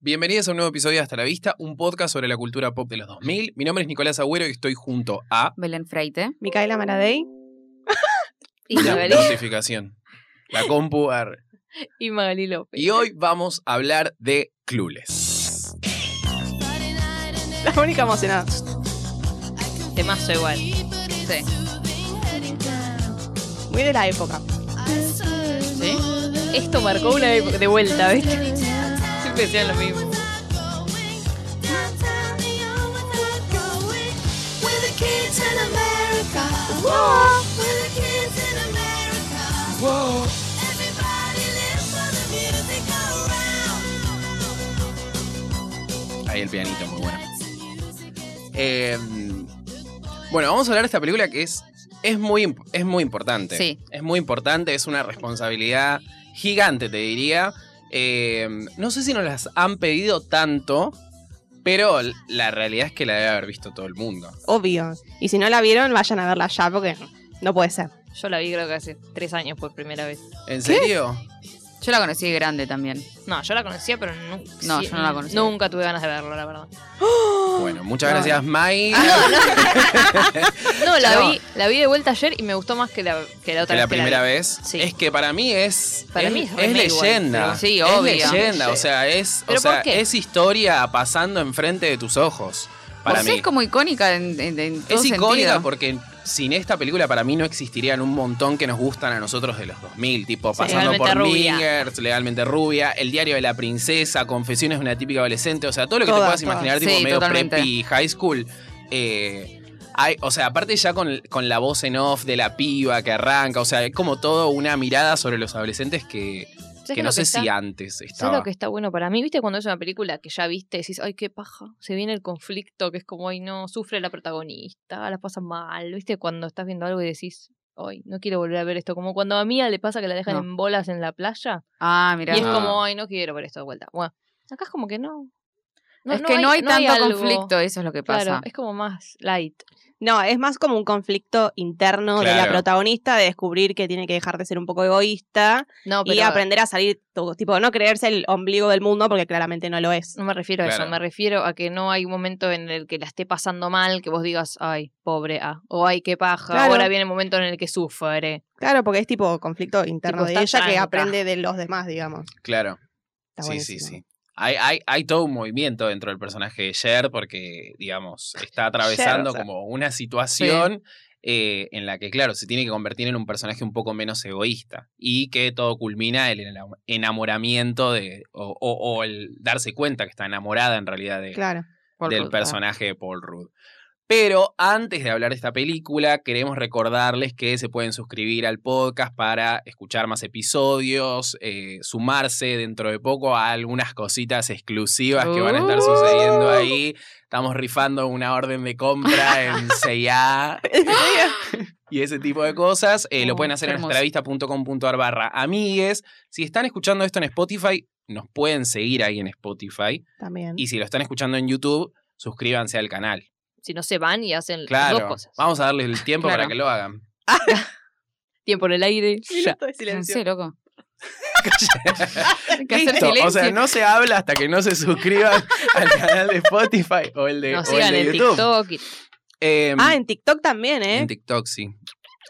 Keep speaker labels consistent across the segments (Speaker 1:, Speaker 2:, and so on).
Speaker 1: Bienvenidos a un nuevo episodio de Hasta la Vista, un podcast sobre la cultura pop de los 2000. Mi nombre es Nicolás Agüero y estoy junto a
Speaker 2: Belén Freite.
Speaker 3: Micaela Maradei.
Speaker 2: Y
Speaker 1: la
Speaker 2: Magali,
Speaker 1: notificación, la compu arre.
Speaker 2: y Magali López.
Speaker 1: Y hoy vamos a hablar de Clueless.
Speaker 3: La única emocionada.
Speaker 2: Temazo igual. Sí.
Speaker 3: Muy de la época.
Speaker 2: ¿Sí? Esto marcó una época de vuelta, ¿ves? Siempre decían lo mismo.
Speaker 1: Ahí el pianito, muy bueno. Eh, bueno, vamos a hablar de esta película que es, es, muy, imp- es muy importante.
Speaker 2: Sí.
Speaker 1: Es muy importante, es una responsabilidad gigante, te diría. Eh, no sé si nos las han pedido tanto, pero l- la realidad es que la debe haber visto todo el mundo.
Speaker 3: Obvio. Y si no la vieron, vayan a verla ya porque no puede ser.
Speaker 4: Yo la vi creo que hace tres años por primera vez.
Speaker 1: ¿En serio?
Speaker 2: Yo la conocí de grande también.
Speaker 4: No, yo la conocía, pero nu-
Speaker 2: No, yo no la conocía.
Speaker 4: Nunca tuve ganas de verlo, la verdad.
Speaker 1: Bueno, muchas
Speaker 2: No.
Speaker 1: gracias, Mai.
Speaker 4: Ah, No, la
Speaker 2: No.
Speaker 4: vi, la vi de vuelta ayer y me gustó más que la, que
Speaker 1: que
Speaker 4: la otra
Speaker 1: la
Speaker 4: vez que
Speaker 1: primera
Speaker 4: vi.
Speaker 1: vez.
Speaker 4: Sí.
Speaker 1: Es que para mí es.
Speaker 4: Para
Speaker 1: es,
Speaker 4: mí es
Speaker 1: es
Speaker 4: remake igual,
Speaker 1: leyenda.
Speaker 2: pero sí,
Speaker 1: es
Speaker 2: obvio.
Speaker 1: leyenda, o sea, es, o
Speaker 4: ¿Pero
Speaker 1: sea,
Speaker 4: por qué?
Speaker 1: es historia pasando enfrente de tus ojos. Para
Speaker 2: Por eso
Speaker 1: mí.
Speaker 2: es como icónica en, en, en todo
Speaker 1: Es icónica
Speaker 2: sentido.
Speaker 1: porque sin esta película para mí no existirían un montón que nos gustan a nosotros de los 2000, tipo
Speaker 4: Sí,
Speaker 1: pasando por
Speaker 4: Legalmente Rubia.
Speaker 1: Mingers, Legalmente Rubia, El diario de la princesa, Confesiones de una típica adolescente, o sea, todo lo que te
Speaker 3: Todas,
Speaker 1: puedas imaginar,
Speaker 2: todas.
Speaker 1: tipo
Speaker 2: Sí,
Speaker 1: medio
Speaker 2: totalmente.
Speaker 1: preppy, high school. eh, hay, o sea, aparte ya con, con la voz en off de la piba que arranca, o sea, es como todo una mirada sobre los adolescentes que,
Speaker 4: ¿Sabes
Speaker 1: que
Speaker 4: qué
Speaker 1: no
Speaker 4: lo
Speaker 1: sé si
Speaker 4: está?
Speaker 1: antes
Speaker 4: ¿Sabes
Speaker 1: estaba.
Speaker 4: lo que está bueno para mí? ¿Viste cuando es una película que ya viste? Decís, ay, qué paja. Se viene el conflicto, que es como, ay, no, sufre la protagonista, la pasa mal. ¿Viste cuando estás viendo algo y decís, ay, no quiero volver a ver esto? Como cuando a Mía le pasa que la dejan
Speaker 2: No.
Speaker 4: en bolas en la playa.
Speaker 2: Ah,
Speaker 4: Y
Speaker 2: mira.
Speaker 4: es
Speaker 1: Ah.
Speaker 4: como, ay, no quiero ver esto de vuelta. Bueno, acá es como que no.
Speaker 2: es que no hay, tanto
Speaker 4: algo.
Speaker 2: conflicto, eso es lo que pasa.
Speaker 4: Claro, es como más light.
Speaker 3: No, es más como un conflicto interno de la
Speaker 1: Claro.
Speaker 3: protagonista, de descubrir que tiene que dejar de ser un poco egoísta
Speaker 4: No, pero
Speaker 3: y aprender a salir, tu- tipo, no creerse el ombligo del mundo porque claramente no lo es.
Speaker 4: no me refiero a
Speaker 1: Claro.
Speaker 4: eso, me refiero a que no hay un momento en el que la esté pasando mal que vos digas, ay, pobre A, o ay, qué paja,
Speaker 3: Claro.
Speaker 4: ahora viene el momento en el que sufre.
Speaker 3: Claro, porque es tipo conflicto interno
Speaker 4: Tipo,
Speaker 3: de
Speaker 4: está
Speaker 3: ella que
Speaker 4: tranca.
Speaker 3: aprende de los demás, digamos.
Speaker 1: Claro.
Speaker 3: Está
Speaker 1: sí, sí,
Speaker 3: buenísimo.
Speaker 1: sí. Hay, hay, hay todo un movimiento dentro del personaje de Cher porque, digamos, está atravesando
Speaker 3: o sea.
Speaker 1: como una situación eh, en la que, claro, se tiene que convertir en un personaje un poco menos egoísta y que todo culmina en el enam- enamoramiento de, o, o- o el darse cuenta que está enamorada en realidad de,
Speaker 3: Claro.
Speaker 2: Por
Speaker 1: del
Speaker 2: culpa.
Speaker 1: personaje de Paul Rudd. Pero antes de hablar de esta película, queremos recordarles que se pueden suscribir al podcast para escuchar más episodios, eh, sumarse dentro de poco a algunas cositas exclusivas que van a estar sucediendo ahí. Estamos rifando una orden de compra en CIA y ese tipo de cosas. Eh, lo
Speaker 2: Oh,
Speaker 1: pueden hacer en
Speaker 2: hermoso.
Speaker 1: extravista.com.ar barra amigues. Si están escuchando esto en Spotify, nos pueden seguir ahí en Spotify.
Speaker 3: También.
Speaker 1: Y si lo están escuchando en YouTube, suscríbanse al canal.
Speaker 4: Si no se van y hacen las dos
Speaker 1: Claro.
Speaker 4: cosas.
Speaker 1: Vamos a darle el tiempo
Speaker 2: Claro.
Speaker 1: para que lo hagan.
Speaker 4: Tiempo en el aire. ya.
Speaker 3: Minuto de silencio.
Speaker 2: Sí, loco. Hay que hacer
Speaker 1: Listo.
Speaker 2: silencio.
Speaker 1: O sea, no se habla hasta que no se suscriban al canal de Spotify o el de,
Speaker 4: Nos
Speaker 1: o el
Speaker 4: sigan
Speaker 1: de
Speaker 4: en
Speaker 1: YouTube.
Speaker 4: TikTok. y-
Speaker 1: Em,
Speaker 3: Ah, en TikTok también, ¿eh?
Speaker 1: En TikTok, sí.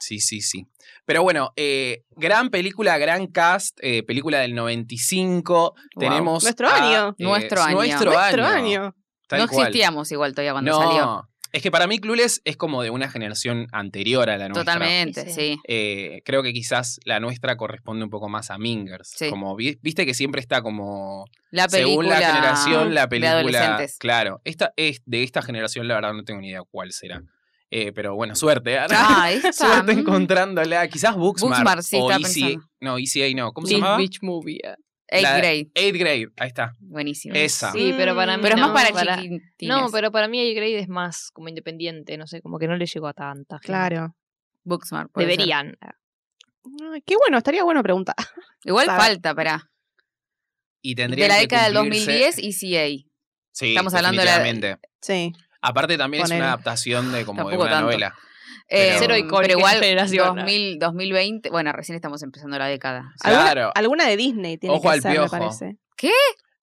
Speaker 1: Sí, sí, sí. Pero bueno, eh, gran película, gran cast, eh, película del 95.
Speaker 2: Wow.
Speaker 1: Tenemos.
Speaker 3: Nuestro
Speaker 1: a- eh,
Speaker 3: año.
Speaker 2: Nuestro año.
Speaker 1: Nuestro,
Speaker 3: Nuestro
Speaker 1: año.
Speaker 3: año.
Speaker 1: Tal
Speaker 2: No
Speaker 1: cual.
Speaker 2: existíamos igual todavía cuando
Speaker 1: no.
Speaker 2: salió.
Speaker 1: Es que para mí Clueless es como de una generación anterior a la nuestra.
Speaker 2: Totalmente,
Speaker 4: Sí,
Speaker 2: sí.
Speaker 1: Eh, creo que quizás la nuestra corresponde un poco más a Mingers.
Speaker 2: Sí.
Speaker 1: Como vi- viste que siempre está como
Speaker 2: La
Speaker 1: según
Speaker 2: película
Speaker 1: la generación la
Speaker 2: de
Speaker 1: película.
Speaker 2: adolescentes.
Speaker 1: Claro, esta es de esta generación la verdad no tengo ni idea cuál será. Eh, pero bueno, suerte. ¿eh?
Speaker 2: Ah, esta.
Speaker 1: suerte
Speaker 2: mm.
Speaker 1: encontrándola. Quizás Booksmart,
Speaker 2: Booksmart, sí,
Speaker 1: o
Speaker 2: estaba
Speaker 1: Easy,
Speaker 2: pensando.
Speaker 1: no, ECA no. ¿Cómo se
Speaker 4: Teen
Speaker 1: llamaba?
Speaker 4: Beach Movie. ah.
Speaker 2: Eighth
Speaker 1: la-
Speaker 2: grade,
Speaker 1: Eighth Grade, ahí está.
Speaker 2: buenísimo.
Speaker 1: Esa.
Speaker 4: Sí, pero para mí
Speaker 2: Mm, Pero es más
Speaker 4: no,
Speaker 2: para,
Speaker 4: para-
Speaker 2: chiquitines.
Speaker 4: No, pero para mí A Grade es más como independiente, no sé, como que no le llegó a tanta. gente.
Speaker 3: Claro.
Speaker 2: Booksmart. puede ser.
Speaker 4: Deberían.
Speaker 3: Ay, Qué bueno, estaría bueno preguntar.
Speaker 2: Igual
Speaker 3: Sabe.
Speaker 2: falta, pará.
Speaker 1: Y
Speaker 2: De
Speaker 1: tendría
Speaker 2: la
Speaker 1: que
Speaker 2: década del
Speaker 1: cumplirse-
Speaker 2: 2010 y
Speaker 5: Eh,
Speaker 2: CA.
Speaker 1: Sí,
Speaker 2: estamos hablando de la-
Speaker 1: definitivamente.
Speaker 3: Sí.
Speaker 1: Aparte también es
Speaker 3: Ponele.
Speaker 1: una adaptación de como de
Speaker 2: Tampoco
Speaker 1: una
Speaker 2: tanto.
Speaker 1: novela.
Speaker 2: Eh,
Speaker 1: Cero
Speaker 2: pero,
Speaker 4: icónica
Speaker 2: igual,
Speaker 4: generación.
Speaker 2: 2000, 2020, bueno, recién estamos empezando la década.
Speaker 3: ¿Alguna-
Speaker 1: Claro.
Speaker 3: Alguna de Disney tiene
Speaker 1: Ojo
Speaker 3: que
Speaker 1: al
Speaker 3: ser,
Speaker 1: piojo.
Speaker 3: me parece.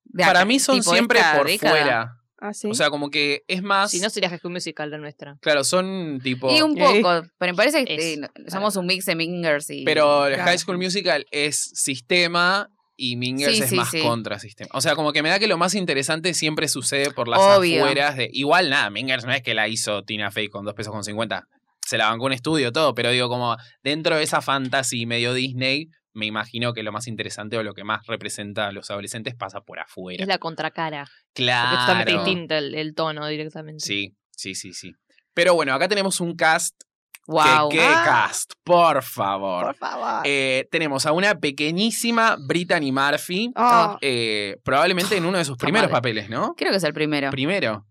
Speaker 5: de
Speaker 1: Para
Speaker 5: acá,
Speaker 1: mí son
Speaker 5: tipo,
Speaker 1: siempre
Speaker 5: esta
Speaker 1: por
Speaker 5: década.
Speaker 1: fuera.
Speaker 3: Ah, sí.
Speaker 1: O sea, como que es más.
Speaker 4: Si no sería High School Musical la nuestra.
Speaker 1: Claro, son tipo.
Speaker 5: Y un
Speaker 3: Eh.
Speaker 5: poco, pero me parece que
Speaker 4: Es,
Speaker 5: eh, no- somos un mix de Mingers y.
Speaker 1: Pero el
Speaker 3: Claro.
Speaker 1: High School Musical es sistema y Mingers
Speaker 5: Sí,
Speaker 1: es
Speaker 5: sí,
Speaker 1: más
Speaker 5: sí.
Speaker 1: contra sistema. O sea, como que me da que lo más interesante siempre sucede por las
Speaker 5: Obvio.
Speaker 1: afueras de. Igual nada, Mingers no es que la hizo Tina Fey con dos pesos con 50. Se la bancó un estudio, todo, pero digo, como dentro de esa fantasy medio Disney, me imagino que lo más interesante o lo que más representa a los adolescentes pasa por afuera.
Speaker 4: Es la contracara. Porque es totalmente
Speaker 1: Claro.
Speaker 4: distinta el, el tono directamente.
Speaker 1: Sí, sí, sí, sí. Pero bueno, acá tenemos un cast.
Speaker 5: Wow.
Speaker 1: Que, ¿Qué cast? Por favor.
Speaker 5: Por favor.
Speaker 1: Eh, tenemos a una pequeñísima Brittany Murphy,
Speaker 3: Ah,
Speaker 1: eh, probablemente en uno de sus primeros
Speaker 5: madre.
Speaker 1: papeles, ¿no?
Speaker 5: Creo que es el primero.
Speaker 1: Primero.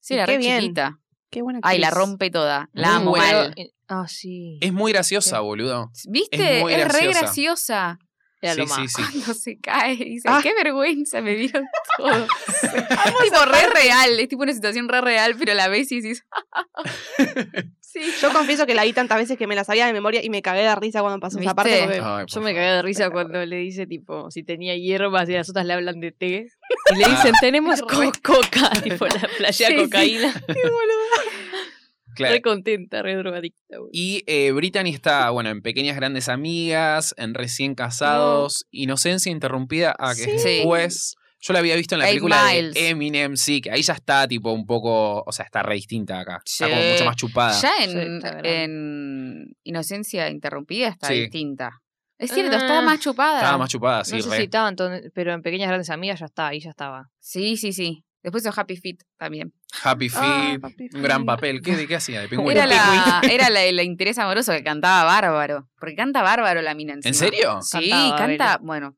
Speaker 5: Sí, la
Speaker 3: Qué
Speaker 5: re
Speaker 3: bien.
Speaker 5: chiquita.
Speaker 3: qué buena
Speaker 5: Ay, la
Speaker 3: actriz.
Speaker 5: rompe toda.
Speaker 1: Muy
Speaker 5: La amo
Speaker 1: buena.
Speaker 5: mal.
Speaker 4: Eh, Ah, sí.
Speaker 1: Es muy graciosa, boludo.
Speaker 5: ¿Viste?
Speaker 1: Es
Speaker 5: Es,
Speaker 1: muy
Speaker 5: re
Speaker 1: graciosa.
Speaker 5: graciosa.
Speaker 4: Era
Speaker 1: sí,
Speaker 4: lo más.
Speaker 1: sí, sí.
Speaker 5: Cuando se cae, y dice,
Speaker 3: Ah.
Speaker 5: qué vergüenza, me vieron todo.
Speaker 1: Ah,
Speaker 5: es tipo re real, es tipo una situación re real, pero la ves y dices, sí.
Speaker 3: Yo confieso que la vi tantas veces que me la sabía de memoria y me cagué de risa cuando pasó
Speaker 5: ¿Viste?
Speaker 3: esa parte. porque-
Speaker 1: Ay, por
Speaker 4: Yo me
Speaker 1: favor.
Speaker 4: cagué de risa cuando le dice, tipo, si tenía hierbas y las otras le hablan de té.
Speaker 1: Ah.
Speaker 4: Y le dicen, tenemos co- coca. Tipo, la flashea
Speaker 5: Sí, sí.
Speaker 4: cocaína.
Speaker 1: Ah, Claro.
Speaker 4: Re contenta, re drogadicta, güey.
Speaker 1: Y eh, Brittany está, bueno, en Pequeñas Grandes Amigas, en
Speaker 4: Mm.
Speaker 1: Recién Casados, Inocencia Interrumpida, ah, que
Speaker 5: Sí.
Speaker 1: después... Yo la había visto en la
Speaker 5: Eight
Speaker 1: película
Speaker 5: Miles.
Speaker 1: de Eminem, sí, que ahí ya está tipo un poco, o sea, está re distinta acá. Está como
Speaker 5: Sí.
Speaker 1: mucho más chupada.
Speaker 5: Ya
Speaker 4: Sí,
Speaker 5: en,
Speaker 4: está grande.
Speaker 5: en Inocencia Interrumpida está
Speaker 1: Sí.
Speaker 5: distinta. Es cierto, está
Speaker 4: Ah.
Speaker 5: más chupada.
Speaker 1: Estaba más chupada, sí,
Speaker 4: No sé
Speaker 1: re.
Speaker 4: si tanto, pero en Pequeñas Grandes Amigas ya está, ahí ya estaba.
Speaker 5: Sí, sí, sí. Después hizo Happy Feet también.
Speaker 1: Happy
Speaker 3: Ah,
Speaker 1: Feet,
Speaker 3: papi,
Speaker 1: un gran
Speaker 3: sí.
Speaker 1: papel. ¿Qué, de qué hacía? De pingüino.
Speaker 5: Era, la, era la, el interés amoroso que cantaba bárbaro. Porque canta bárbaro la mina
Speaker 1: ¿En
Speaker 5: encima.
Speaker 1: serio?
Speaker 5: Sí,
Speaker 4: Cantaba,
Speaker 5: canta. Bueno.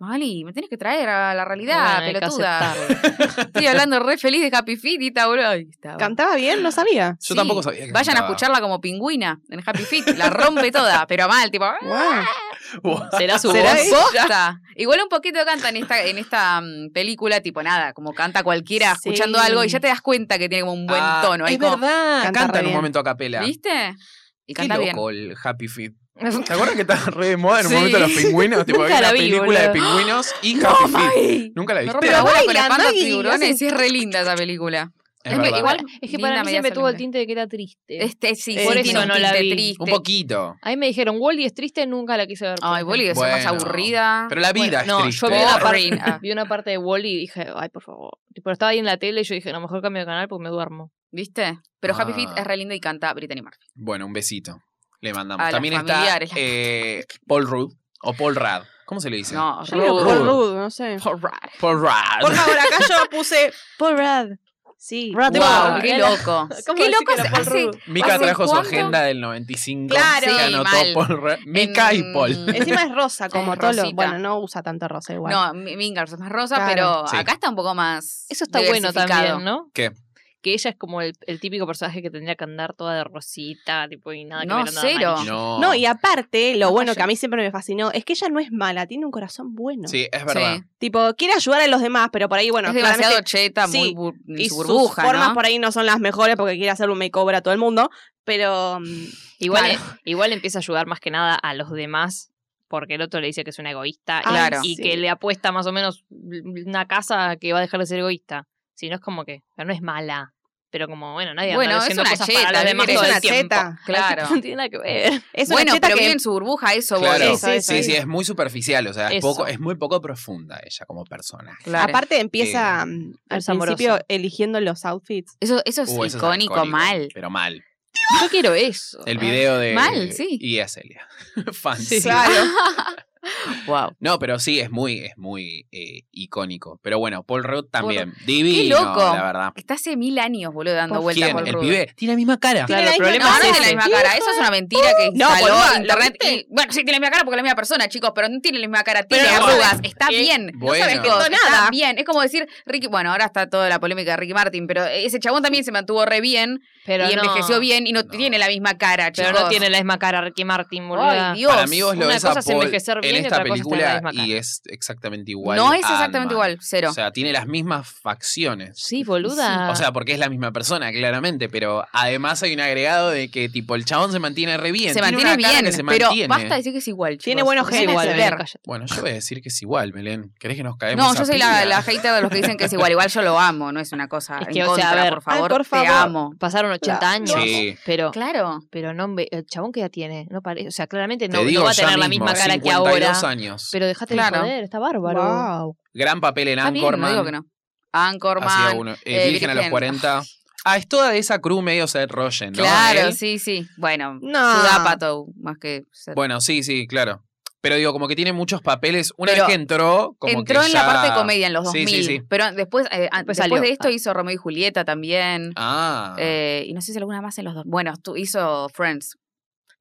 Speaker 5: Mali, me tenés que traer a la realidad,
Speaker 4: Bueno, hay que
Speaker 5: pelotuda.
Speaker 4: aceptarlo.
Speaker 5: Estoy hablando re feliz de Happy Feet y está, boludo. Ahí estaba.
Speaker 3: ¿Cantaba bien? No sabía.
Speaker 1: Yo
Speaker 5: Sí.
Speaker 1: tampoco sabía que
Speaker 5: Vayan a
Speaker 1: cantaba.
Speaker 5: escucharla como pingüina en Happy Feet. La rompe toda, pero mal, tipo. "Ah,
Speaker 3: Guau.
Speaker 4: Será su
Speaker 3: ¿Será
Speaker 4: voz.
Speaker 3: ella?
Speaker 5: Posta. Igual un poquito canta en esta, en esta mm, película, tipo nada, como canta cualquiera
Speaker 3: Sí.
Speaker 5: escuchando algo y ya te das cuenta que tiene como un buen
Speaker 1: Ah,
Speaker 5: tono. ahí
Speaker 1: es
Speaker 5: como,
Speaker 1: verdad.
Speaker 3: Canta
Speaker 1: Canta,
Speaker 3: re
Speaker 1: en un
Speaker 3: bien.
Speaker 1: momento a capela.
Speaker 5: ¿Viste? Y
Speaker 1: Qué
Speaker 5: canta bien.
Speaker 1: loco el Happy Feet. ¿Te acuerdas que estaba re de moda en un
Speaker 5: Sí.
Speaker 1: momento los pingüinos? Tipo, había
Speaker 4: Nunca
Speaker 1: una
Speaker 4: la vi,
Speaker 1: película de
Speaker 4: boludo.
Speaker 1: pingüinos y Happy Feet.
Speaker 5: Ay.
Speaker 1: Nunca la
Speaker 5: Me
Speaker 1: viste.
Speaker 5: rompe la
Speaker 3: Pero
Speaker 5: bola con las
Speaker 3: bailan,
Speaker 5: patas
Speaker 3: ¿no? Y
Speaker 5: tiburones
Speaker 3: hacen-
Speaker 5: y es re linda esa película.
Speaker 1: Es
Speaker 5: es que
Speaker 1: verdad.
Speaker 5: igual-
Speaker 4: es que
Speaker 5: Linda
Speaker 4: para mí
Speaker 5: media
Speaker 4: siempre tuvo el
Speaker 5: celebridad.
Speaker 4: tinte de que era triste.
Speaker 5: Este sí,
Speaker 3: Eh,
Speaker 5: sí,
Speaker 3: por
Speaker 5: tiene
Speaker 3: eso
Speaker 5: un
Speaker 4: no la
Speaker 5: tinte
Speaker 4: vi.
Speaker 5: triste.
Speaker 1: un poquito.
Speaker 5: Ah.
Speaker 4: A mí me dijeron, Wally es triste, nunca la quise ver. por
Speaker 5: Ay, Bolly
Speaker 4: ejemplo.
Speaker 5: es la más
Speaker 1: Bueno,
Speaker 5: aburrida.
Speaker 1: Pero la vida
Speaker 4: Bueno, no,
Speaker 1: es
Speaker 4: yo vi
Speaker 1: triste.
Speaker 4: la
Speaker 5: Boring.
Speaker 4: parte, vi una parte de Wally y dije, ay, por favor. Pero estaba ahí en la tele y yo dije, no, mejor cambio de canal porque me duermo.
Speaker 5: ¿Viste? Pero Happy Feet
Speaker 1: Ah.
Speaker 5: es re linda y canta Brittany Murphy.
Speaker 1: Bueno, un besito. Le mandamos.
Speaker 5: A los
Speaker 1: También está
Speaker 5: familiares, la
Speaker 1: eh, Paul Rudd o Paul Rudd. ¿Cómo se le dice?
Speaker 5: No,
Speaker 3: Yo digo
Speaker 1: Rude.
Speaker 3: Paul Rudd, no sé.
Speaker 5: Paul Rudd.
Speaker 1: Paul Rudd.
Speaker 3: Por favor, acá yo puse Paul Rudd. Sí. Rudd.
Speaker 5: Wow,
Speaker 4: Wow.
Speaker 5: qué loco.
Speaker 4: ¿Cómo
Speaker 5: Qué
Speaker 4: decir
Speaker 5: loco
Speaker 4: que era
Speaker 5: se
Speaker 4: Paul
Speaker 5: hace.
Speaker 4: Rudd?
Speaker 1: Mika
Speaker 5: ¿Hace
Speaker 1: trajo su
Speaker 5: cuánto?
Speaker 1: agenda del 95.
Speaker 5: Claro,
Speaker 1: que
Speaker 5: sí,
Speaker 1: anotó
Speaker 5: mal.
Speaker 1: Paul Rudd. Mika y
Speaker 5: En-
Speaker 1: Paul.
Speaker 3: Encima es rosa, como todo lo.
Speaker 5: rosita.
Speaker 3: Bueno, no usa tanto rosa igual.
Speaker 5: No, Mi- Mingers es más rosa,
Speaker 3: Claro.
Speaker 5: pero
Speaker 1: Sí.
Speaker 5: acá está un poco más.
Speaker 4: Eso está bueno
Speaker 5: diversificado.
Speaker 4: también, ¿no?
Speaker 1: ¿Qué?
Speaker 4: Que ella es como el, el típico personaje que tendría que andar toda de rosita, tipo, y nada que
Speaker 5: No,
Speaker 4: ver, nada
Speaker 5: cero.
Speaker 4: amarillo.
Speaker 1: No.
Speaker 3: No, y aparte, lo
Speaker 5: No
Speaker 3: bueno
Speaker 5: falla.
Speaker 3: que a mí siempre me fascinó es que ella no es mala, tiene un corazón bueno.
Speaker 1: Sí, es verdad.
Speaker 5: Sí.
Speaker 3: Tipo, quiere ayudar a los demás, pero por ahí, bueno,
Speaker 5: es demasiado
Speaker 3: claramente-
Speaker 5: cheta, muy
Speaker 3: sí,
Speaker 5: bur-
Speaker 3: y
Speaker 5: su
Speaker 3: sus
Speaker 5: burbuja.
Speaker 3: formas
Speaker 5: ¿no?
Speaker 3: por ahí no son las mejores porque quiere hacer un makeover a todo el mundo, pero mm,
Speaker 4: Igual, eh,
Speaker 5: Claro.
Speaker 4: igual empieza a ayudar más que nada a los demás. Porque el otro le dice que es un egoísta y-
Speaker 5: Claro.
Speaker 4: y,
Speaker 3: sí.
Speaker 4: que le apuesta más o menos una casa que va a dejar de ser egoísta. Si no es como que o sea, no es mala, pero como bueno, nadie
Speaker 5: Bueno,
Speaker 4: anda
Speaker 5: es
Speaker 4: haciendo
Speaker 5: una
Speaker 4: cosas
Speaker 5: cheta,
Speaker 4: para los demás
Speaker 5: ¿viste?
Speaker 4: todo
Speaker 5: Es
Speaker 4: el
Speaker 5: una
Speaker 4: tiempo.
Speaker 3: cheta,
Speaker 5: claro.
Speaker 4: No tiene nada que ver.
Speaker 3: es una
Speaker 5: Bueno,
Speaker 3: cheta
Speaker 5: pero
Speaker 3: que
Speaker 5: vive en su burbuja, eso,
Speaker 1: Claro,
Speaker 5: voy.
Speaker 1: sí, sí, sí, es muy superficial, o sea, es,
Speaker 4: Eso.
Speaker 1: poco, es muy poco profunda ella como persona.
Speaker 5: Claro.
Speaker 3: aparte empieza mm, al
Speaker 4: es amorosa.
Speaker 3: principio eligiendo los outfits.
Speaker 5: Eso, eso es
Speaker 1: Uh, eso es
Speaker 5: icónico, mal.
Speaker 1: Pero mal.
Speaker 4: Yo quiero eso.
Speaker 1: El video de...
Speaker 5: Mal, sí.
Speaker 1: Y a Celia. Fans.
Speaker 5: Wow.
Speaker 1: No, pero sí, es muy, es muy eh, icónico. Pero bueno, Paul Rudd también.
Speaker 5: Qué
Speaker 1: Divino,
Speaker 5: loco.
Speaker 1: la verdad.
Speaker 5: Está hace mil años, boludo, dando
Speaker 3: Por
Speaker 5: vueltas
Speaker 1: ¿Quién?
Speaker 5: por
Speaker 1: ¿El
Speaker 5: Rudo.
Speaker 1: pibe? Tiene la misma cara.
Speaker 4: Claro, el
Speaker 5: No,
Speaker 4: problema
Speaker 5: no
Speaker 4: es
Speaker 5: tiene la
Speaker 4: ese.
Speaker 5: misma cara. Eso es una mentira que
Speaker 3: No,
Speaker 5: instaló
Speaker 3: boluda, ¿lo
Speaker 5: internet.
Speaker 3: viste?
Speaker 5: y- bueno, sí tiene la misma cara porque la misma persona, chicos, pero no tiene la misma cara. Tiene
Speaker 3: Pero no
Speaker 5: arrugas. Está
Speaker 4: Eh,
Speaker 5: bien.
Speaker 1: bueno.
Speaker 5: No sabes
Speaker 3: No, nada.
Speaker 5: Está bien. Es como decir, Ricky, bueno, ahora está toda la polémica de Ricky Martin, pero ese chabón también se mantuvo re bien
Speaker 4: Pero
Speaker 5: y
Speaker 4: no,
Speaker 5: envejeció bien y no,
Speaker 1: No.
Speaker 5: tiene la misma cara, chicos.
Speaker 4: Pero no tiene la misma cara Ricky Martin, boluda.
Speaker 5: Ay, Dios.
Speaker 1: Para mí vos lo
Speaker 4: Una
Speaker 1: ves a
Speaker 4: cosa es
Speaker 1: Paul
Speaker 4: envejecer
Speaker 1: en
Speaker 4: bien
Speaker 1: en
Speaker 4: y
Speaker 1: esta
Speaker 4: otra cosa está en la
Speaker 1: película
Speaker 4: misma cara.
Speaker 1: y es exactamente igual.
Speaker 5: no es
Speaker 1: a
Speaker 5: exactamente
Speaker 1: Ant-Man.
Speaker 5: igual, cero.
Speaker 1: O sea, tiene las mismas facciones.
Speaker 4: Sí, boluda.
Speaker 1: O sea, porque es la misma persona, claramente, pero además hay un agregado de que tipo el chabón se mantiene re bien.
Speaker 5: se
Speaker 1: tiene
Speaker 5: mantiene
Speaker 1: una cara
Speaker 5: bien,
Speaker 1: que se
Speaker 5: pero
Speaker 1: mantiene.
Speaker 5: basta de decir que es igual. chicos.
Speaker 3: Tiene buenos
Speaker 5: No
Speaker 3: genes,
Speaker 5: tienen
Speaker 3: igual,
Speaker 5: que
Speaker 3: Belén.
Speaker 5: ver.
Speaker 1: Bueno, yo voy a decir que es igual, Belén. ¿Querés que nos caemos?
Speaker 5: No,
Speaker 1: a
Speaker 5: yo soy la,
Speaker 1: pila?
Speaker 5: la hater de los que dicen que es igual. Igual yo lo amo, no es una cosa
Speaker 4: Es
Speaker 5: en
Speaker 4: que, o sea,
Speaker 5: contra,
Speaker 4: a ver,
Speaker 5: por
Speaker 3: ay,
Speaker 5: favor,
Speaker 3: por favor.
Speaker 5: te amo.
Speaker 4: Pasaron 80
Speaker 3: La-
Speaker 4: años.
Speaker 1: Sí.
Speaker 4: Pero,
Speaker 5: Claro.
Speaker 4: pero no, me- el chabón que ya tiene, no parece, o sea, claramente
Speaker 1: Te
Speaker 4: no, no
Speaker 1: digo
Speaker 4: va a
Speaker 1: ya
Speaker 4: tener la
Speaker 1: mismo,
Speaker 4: misma cara que
Speaker 1: 52
Speaker 4: ahora.
Speaker 1: años.
Speaker 4: Pero dejate
Speaker 5: Claro.
Speaker 4: de joder, está bárbaro.
Speaker 3: Wow.
Speaker 1: Gran papel en
Speaker 5: Está bien,
Speaker 1: Anchorman.
Speaker 5: no digo que no.
Speaker 1: Hacía
Speaker 5: Anchorman.
Speaker 1: uno. Eh,
Speaker 5: eh,
Speaker 1: Virgen a los
Speaker 5: Virgen.
Speaker 1: 40. Ah, es toda de esa crew medio Seth Rogen, ¿no? ¿Eh?
Speaker 5: Claro,
Speaker 1: Él. Ah.
Speaker 5: sí, sí. Bueno,
Speaker 3: No. Ah,
Speaker 5: Sudapato, más que.
Speaker 1: Bueno, sí, sí, claro. Pero digo, como que tiene muchos papeles. Una
Speaker 5: Pero
Speaker 1: vez que entró, como
Speaker 5: Entró
Speaker 1: que
Speaker 5: en la
Speaker 1: ya-
Speaker 5: parte de comedia en los
Speaker 1: Sí, sí,
Speaker 5: 2000.
Speaker 1: sí.
Speaker 5: Pero después, eh, ah, después,
Speaker 4: Después salió.
Speaker 5: de esto hizo Romeo y Julieta también.
Speaker 1: Ah.
Speaker 5: eh, y no sé si alguna más en los dos. Bueno, tú hizo Friends,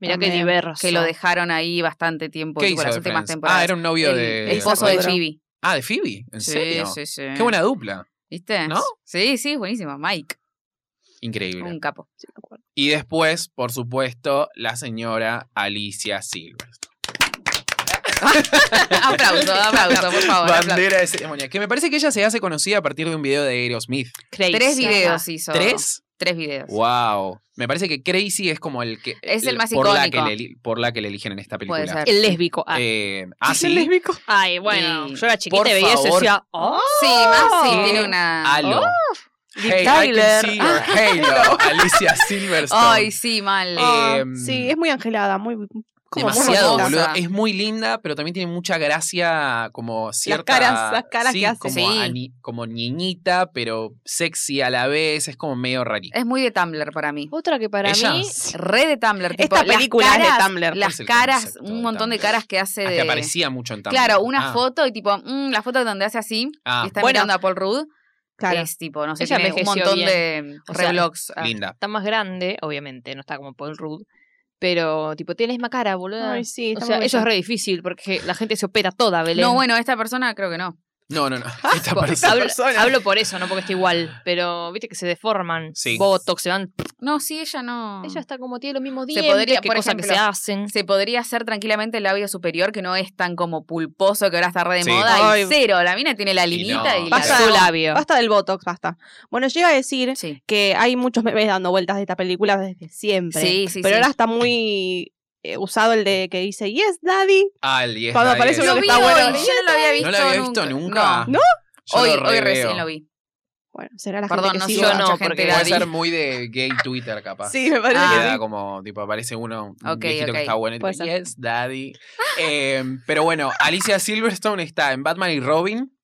Speaker 4: Mirá qué
Speaker 5: También,
Speaker 4: diverso.
Speaker 5: que lo dejaron ahí bastante tiempo.
Speaker 1: ¿Qué
Speaker 5: tipo,
Speaker 1: hizo
Speaker 5: las
Speaker 1: de
Speaker 5: últimas
Speaker 1: Friends?
Speaker 5: temporadas.
Speaker 1: Ah, era un novio
Speaker 5: el
Speaker 1: de...
Speaker 5: esposo de
Speaker 1: Ross.
Speaker 5: Phoebe.
Speaker 1: Ah, de Phoebe. ¿En
Speaker 5: Sí,
Speaker 1: serio?
Speaker 5: sí, sí.
Speaker 1: Qué buena dupla.
Speaker 5: ¿Viste?
Speaker 1: ¿No?
Speaker 5: Sí, sí, buenísimo. Mike,
Speaker 1: Increíble.
Speaker 5: un capo.
Speaker 1: Y después, por supuesto, la señora Alicia Silverstone.
Speaker 5: aplauso, aplauso, por favor. aplauso.
Speaker 1: Bandera de ceremonia. Que me parece que ella se hace conocida a partir de un video de Aerosmith.
Speaker 4: Crazy.
Speaker 5: Tres videos hizo.
Speaker 1: ¿Tres?
Speaker 5: Tres videos.
Speaker 1: Wow. Me parece que Crazy es como el que.
Speaker 5: Es el más
Speaker 1: por la, que
Speaker 5: icónico.
Speaker 1: le, eli- por la que le eligen en esta película.
Speaker 5: Puede ser.
Speaker 4: El lésbico. Ah,
Speaker 1: Eh, ah, sí.
Speaker 4: Ay, bueno.
Speaker 5: Y-
Speaker 4: yo era chiquita
Speaker 1: Por
Speaker 4: y veía eso y
Speaker 1: favor.
Speaker 4: decía, oh,
Speaker 5: Sí, más sí,
Speaker 4: Oh.
Speaker 5: tiene una.
Speaker 1: Halo. Hey, I
Speaker 4: Tyler.
Speaker 1: can see your halo. Alicia Silverstone.
Speaker 5: Ay, sí, mal.
Speaker 1: Eh,
Speaker 3: Ah,
Speaker 1: Em,
Speaker 3: sí, es muy angelada, muy. Como muy
Speaker 1: Demasiado,
Speaker 5: hermosa.
Speaker 3: bonita.
Speaker 1: boludo. Es muy linda, pero también tiene mucha gracia, como cierta.
Speaker 3: caras- las caras
Speaker 1: sí,
Speaker 3: que hace.
Speaker 1: Como,
Speaker 5: Sí.
Speaker 1: ani- como niñita, pero sexy a la vez. Es como medio rarita.
Speaker 5: Es muy de Tumblr para mí.
Speaker 4: Otra que para
Speaker 1: Ella-
Speaker 4: mí.
Speaker 5: Re de Tumblr. Tipo,
Speaker 3: Esta
Speaker 5: las
Speaker 3: película es de
Speaker 5: caras-
Speaker 3: Tumblr.
Speaker 1: es
Speaker 5: Las
Speaker 1: el
Speaker 5: caras,
Speaker 1: concepto de
Speaker 5: un montón de
Speaker 1: Tumblr?
Speaker 5: caras que hace
Speaker 1: Ah,
Speaker 5: de.
Speaker 1: que aparecía mucho en Tumblr.
Speaker 5: eh, Claro, una
Speaker 1: Ah,
Speaker 5: foto y tipo, mm, la foto donde hace así,
Speaker 1: Ah,
Speaker 5: y está
Speaker 3: Bueno.
Speaker 5: mirando a Paul Rudd,
Speaker 3: Claro.
Speaker 5: es tipo, no sé,
Speaker 4: Ella
Speaker 5: tiene un
Speaker 4: envejeció
Speaker 5: montón
Speaker 4: bien.
Speaker 5: de
Speaker 4: O sea,
Speaker 5: reblogs. Ah.
Speaker 1: linda.
Speaker 4: Está más grande, obviamente, no está como Paul Rudd. Pero, tipo, tiene la misma cara, boludo.
Speaker 3: Ay, sí,
Speaker 4: o
Speaker 3: está
Speaker 4: sea,
Speaker 3: muy
Speaker 4: eso es
Speaker 3: bella.
Speaker 4: re difícil porque la gente se opera toda, Belén.
Speaker 5: No, bueno, esta persona creo que no.
Speaker 1: No, no, no. Esta
Speaker 4: Tipo,
Speaker 1: persona-
Speaker 4: hablo, hablo por eso, no porque esté igual. Pero viste que se deforman.
Speaker 1: Sí.
Speaker 4: Botox, se van.
Speaker 5: No, sí, ella no.
Speaker 4: Ella está como tiene los mismos
Speaker 5: Se
Speaker 4: dientes.
Speaker 5: podría,
Speaker 4: qué
Speaker 5: por
Speaker 4: cosas que se
Speaker 5: ejemplo,
Speaker 4: hacen.
Speaker 5: Se podría hacer tranquilamente el labio superior, que no es tan como pulposo que ahora está re de
Speaker 1: Sí.
Speaker 5: moda. y
Speaker 3: Ay.
Speaker 5: cero, la mina tiene la
Speaker 1: Y
Speaker 5: linita
Speaker 1: no.
Speaker 5: y, la...
Speaker 3: Pasa
Speaker 4: su labio.
Speaker 3: Basta del Botox, basta. Bueno, llega a decir
Speaker 5: Sí.
Speaker 3: que hay muchos memes dando vueltas de esta película desde siempre.
Speaker 5: Sí, sí, sí.
Speaker 3: Pero ahora está muy eh, usado el de que dice Yes, Daddy.
Speaker 1: Ah, el 10
Speaker 3: Cuando
Speaker 1: da
Speaker 3: aparece
Speaker 1: 10.
Speaker 5: Lo
Speaker 3: uno que
Speaker 5: vi
Speaker 3: está
Speaker 5: hoy,
Speaker 3: bueno.
Speaker 5: yo no lo había visto
Speaker 1: ¿No la había visto nunca?
Speaker 5: No.
Speaker 1: Yo lo
Speaker 5: Hoy, hoy
Speaker 1: reveo.
Speaker 5: recién lo vi.
Speaker 3: Bueno, será la
Speaker 5: Perdón,
Speaker 3: gente que
Speaker 5: no sé,
Speaker 3: sí
Speaker 5: yo
Speaker 3: va.
Speaker 5: no,
Speaker 4: mucha gente
Speaker 5: porque
Speaker 4: que
Speaker 1: Puede
Speaker 4: Daddy.
Speaker 1: ser muy de gay Twitter, capaz.
Speaker 3: Sí, me parece
Speaker 5: Ah.
Speaker 1: Que
Speaker 3: que
Speaker 1: da
Speaker 3: sí.
Speaker 1: como, tipo, aparece uno, un
Speaker 5: Ok,
Speaker 1: viejito que
Speaker 5: ok.
Speaker 1: está bueno y
Speaker 3: Puede
Speaker 1: tipo,
Speaker 3: ser.
Speaker 1: yes, daddy. Eh, pero bueno, Alicia Silverstone está en Batman y Robin.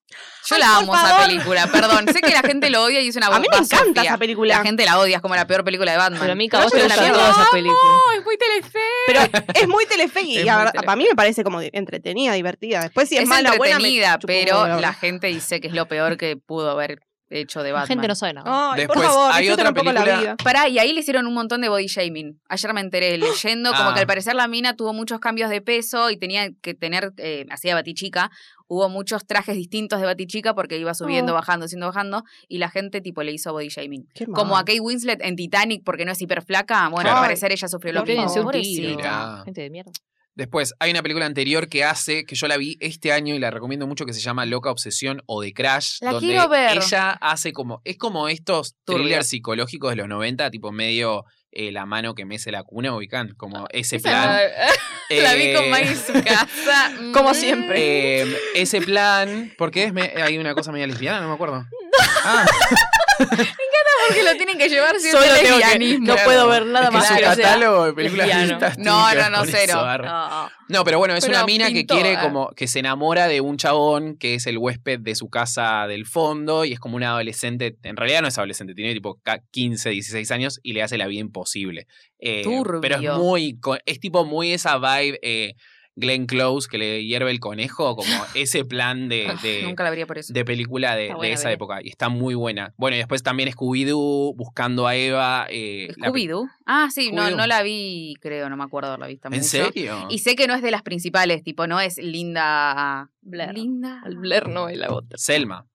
Speaker 5: Yo
Speaker 3: Ay,
Speaker 5: la
Speaker 3: por
Speaker 5: amo esa
Speaker 3: favor.
Speaker 5: película, perdón. Sé que la gente lo odia y es una
Speaker 3: Ah, A mí me
Speaker 5: bomba,
Speaker 3: encanta
Speaker 5: Sofía.
Speaker 3: esa película.
Speaker 5: La gente la odia, es como la peor película de Batman.
Speaker 4: Pero a mí,
Speaker 3: Pero
Speaker 4: vos
Speaker 3: yo
Speaker 4: te
Speaker 3: lo
Speaker 4: gustan
Speaker 3: amo.
Speaker 4: todas esas películas.
Speaker 5: No, es muy telefe.
Speaker 3: Pero es muy telefe
Speaker 5: Es
Speaker 3: y
Speaker 5: muy
Speaker 3: para
Speaker 5: telefe.
Speaker 3: mí me parece como di- entretenida, divertida. Después si es,
Speaker 5: es
Speaker 3: mala o buena me
Speaker 5: entretenida,
Speaker 3: chupa un
Speaker 5: pero
Speaker 3: huevo, la
Speaker 5: la
Speaker 3: verdad.
Speaker 5: gente dice que es lo peor que pudo haber hecho de
Speaker 4: La
Speaker 5: Batman.
Speaker 4: gente no sabe nada.
Speaker 3: Ay,
Speaker 1: Después,
Speaker 3: por favor,
Speaker 1: hay
Speaker 3: disfruten
Speaker 1: otra
Speaker 3: un poco
Speaker 1: película-
Speaker 3: la vida.
Speaker 5: Pará, y ahí le hicieron un montón de body shaming. Ayer me enteré leyendo como
Speaker 1: Ah.
Speaker 5: que al parecer la mina tuvo muchos cambios de peso y tenía que tener, eh, hacía batichica, hubo muchos trajes distintos de batichica porque iba subiendo,
Speaker 3: Oh.
Speaker 5: bajando, subiendo, bajando y la gente tipo le hizo body shaming.
Speaker 3: Qué
Speaker 5: Como
Speaker 3: mal.
Speaker 5: a Kate Winslet en Titanic porque no es hiper flaca, bueno,
Speaker 1: Claro.
Speaker 5: al parecer ella sufrió
Speaker 4: Pero
Speaker 5: lo mismo.
Speaker 4: péguense un
Speaker 5: Pobrecita.
Speaker 4: tiro.
Speaker 1: Mirá.
Speaker 4: Gente de mierda.
Speaker 1: Después, hay una película anterior que hace, que yo la vi este año y la recomiendo mucho, que se llama Loca Obsesión o The Crash.
Speaker 5: La
Speaker 1: donde
Speaker 5: quiero ver.
Speaker 1: Ella hace como, es como estos
Speaker 5: Turbio.
Speaker 1: thrillers psicológicos de los 90, tipo medio eh, la mano que mece la cuna, ubican, como ese
Speaker 5: Esa
Speaker 1: plan.
Speaker 5: no- la vi
Speaker 1: Eh,
Speaker 5: con Maggie en su casa.
Speaker 3: Como
Speaker 5: Mm.
Speaker 3: siempre.
Speaker 1: Eh, ese plan, porque es me- hay una cosa media lesbiana, no me acuerdo. Ah,
Speaker 5: Porque lo tienen que llevar siempre
Speaker 3: Solo tengo que-
Speaker 5: lesbianismo.
Speaker 3: no puedo ver
Speaker 1: es
Speaker 3: nada
Speaker 1: que
Speaker 3: más
Speaker 1: su
Speaker 3: que no sea
Speaker 1: catálogo de películas
Speaker 4: lesbiano.
Speaker 1: feministas tiene
Speaker 5: No,
Speaker 1: que ver
Speaker 5: no, no,
Speaker 1: con eso,
Speaker 5: cero.
Speaker 1: arre.
Speaker 5: No, no.
Speaker 1: No, pero bueno, es
Speaker 5: Pero
Speaker 1: una mina que
Speaker 5: pintó,
Speaker 1: quiere
Speaker 5: ah.
Speaker 1: como que se enamora de un chabón que es el huésped de su casa del fondo y es como una adolescente, en realidad no es adolescente, tiene tipo ca- 15, 16 años y le hace la vida imposible. Eh, Pero es
Speaker 5: Turbio.
Speaker 1: muy, co- es tipo muy esa vibe eh, Glenn Close que le hierve el conejo, como ese plan de-
Speaker 3: eh,
Speaker 5: Ah,
Speaker 1: de,
Speaker 5: Nunca la vería por eso.
Speaker 1: de película de,
Speaker 4: Está
Speaker 1: de
Speaker 4: buena,
Speaker 1: esa
Speaker 4: Belén.
Speaker 1: época y está muy buena. Bueno, y después también Scooby-Doo, Buscando a Eva. eh, la pe-
Speaker 5: Scooby-Doo. Ah, sí, no,
Speaker 1: Scooby-Doo.
Speaker 5: no la vi, creo, no me acuerdo haberla visto
Speaker 1: ¿En
Speaker 5: mucho.
Speaker 1: serio?
Speaker 5: Y sé que no es de las principales, tipo, no es Linda.
Speaker 4: Blair.
Speaker 5: Linda.
Speaker 4: Al Blair no es la otra.
Speaker 1: Selma.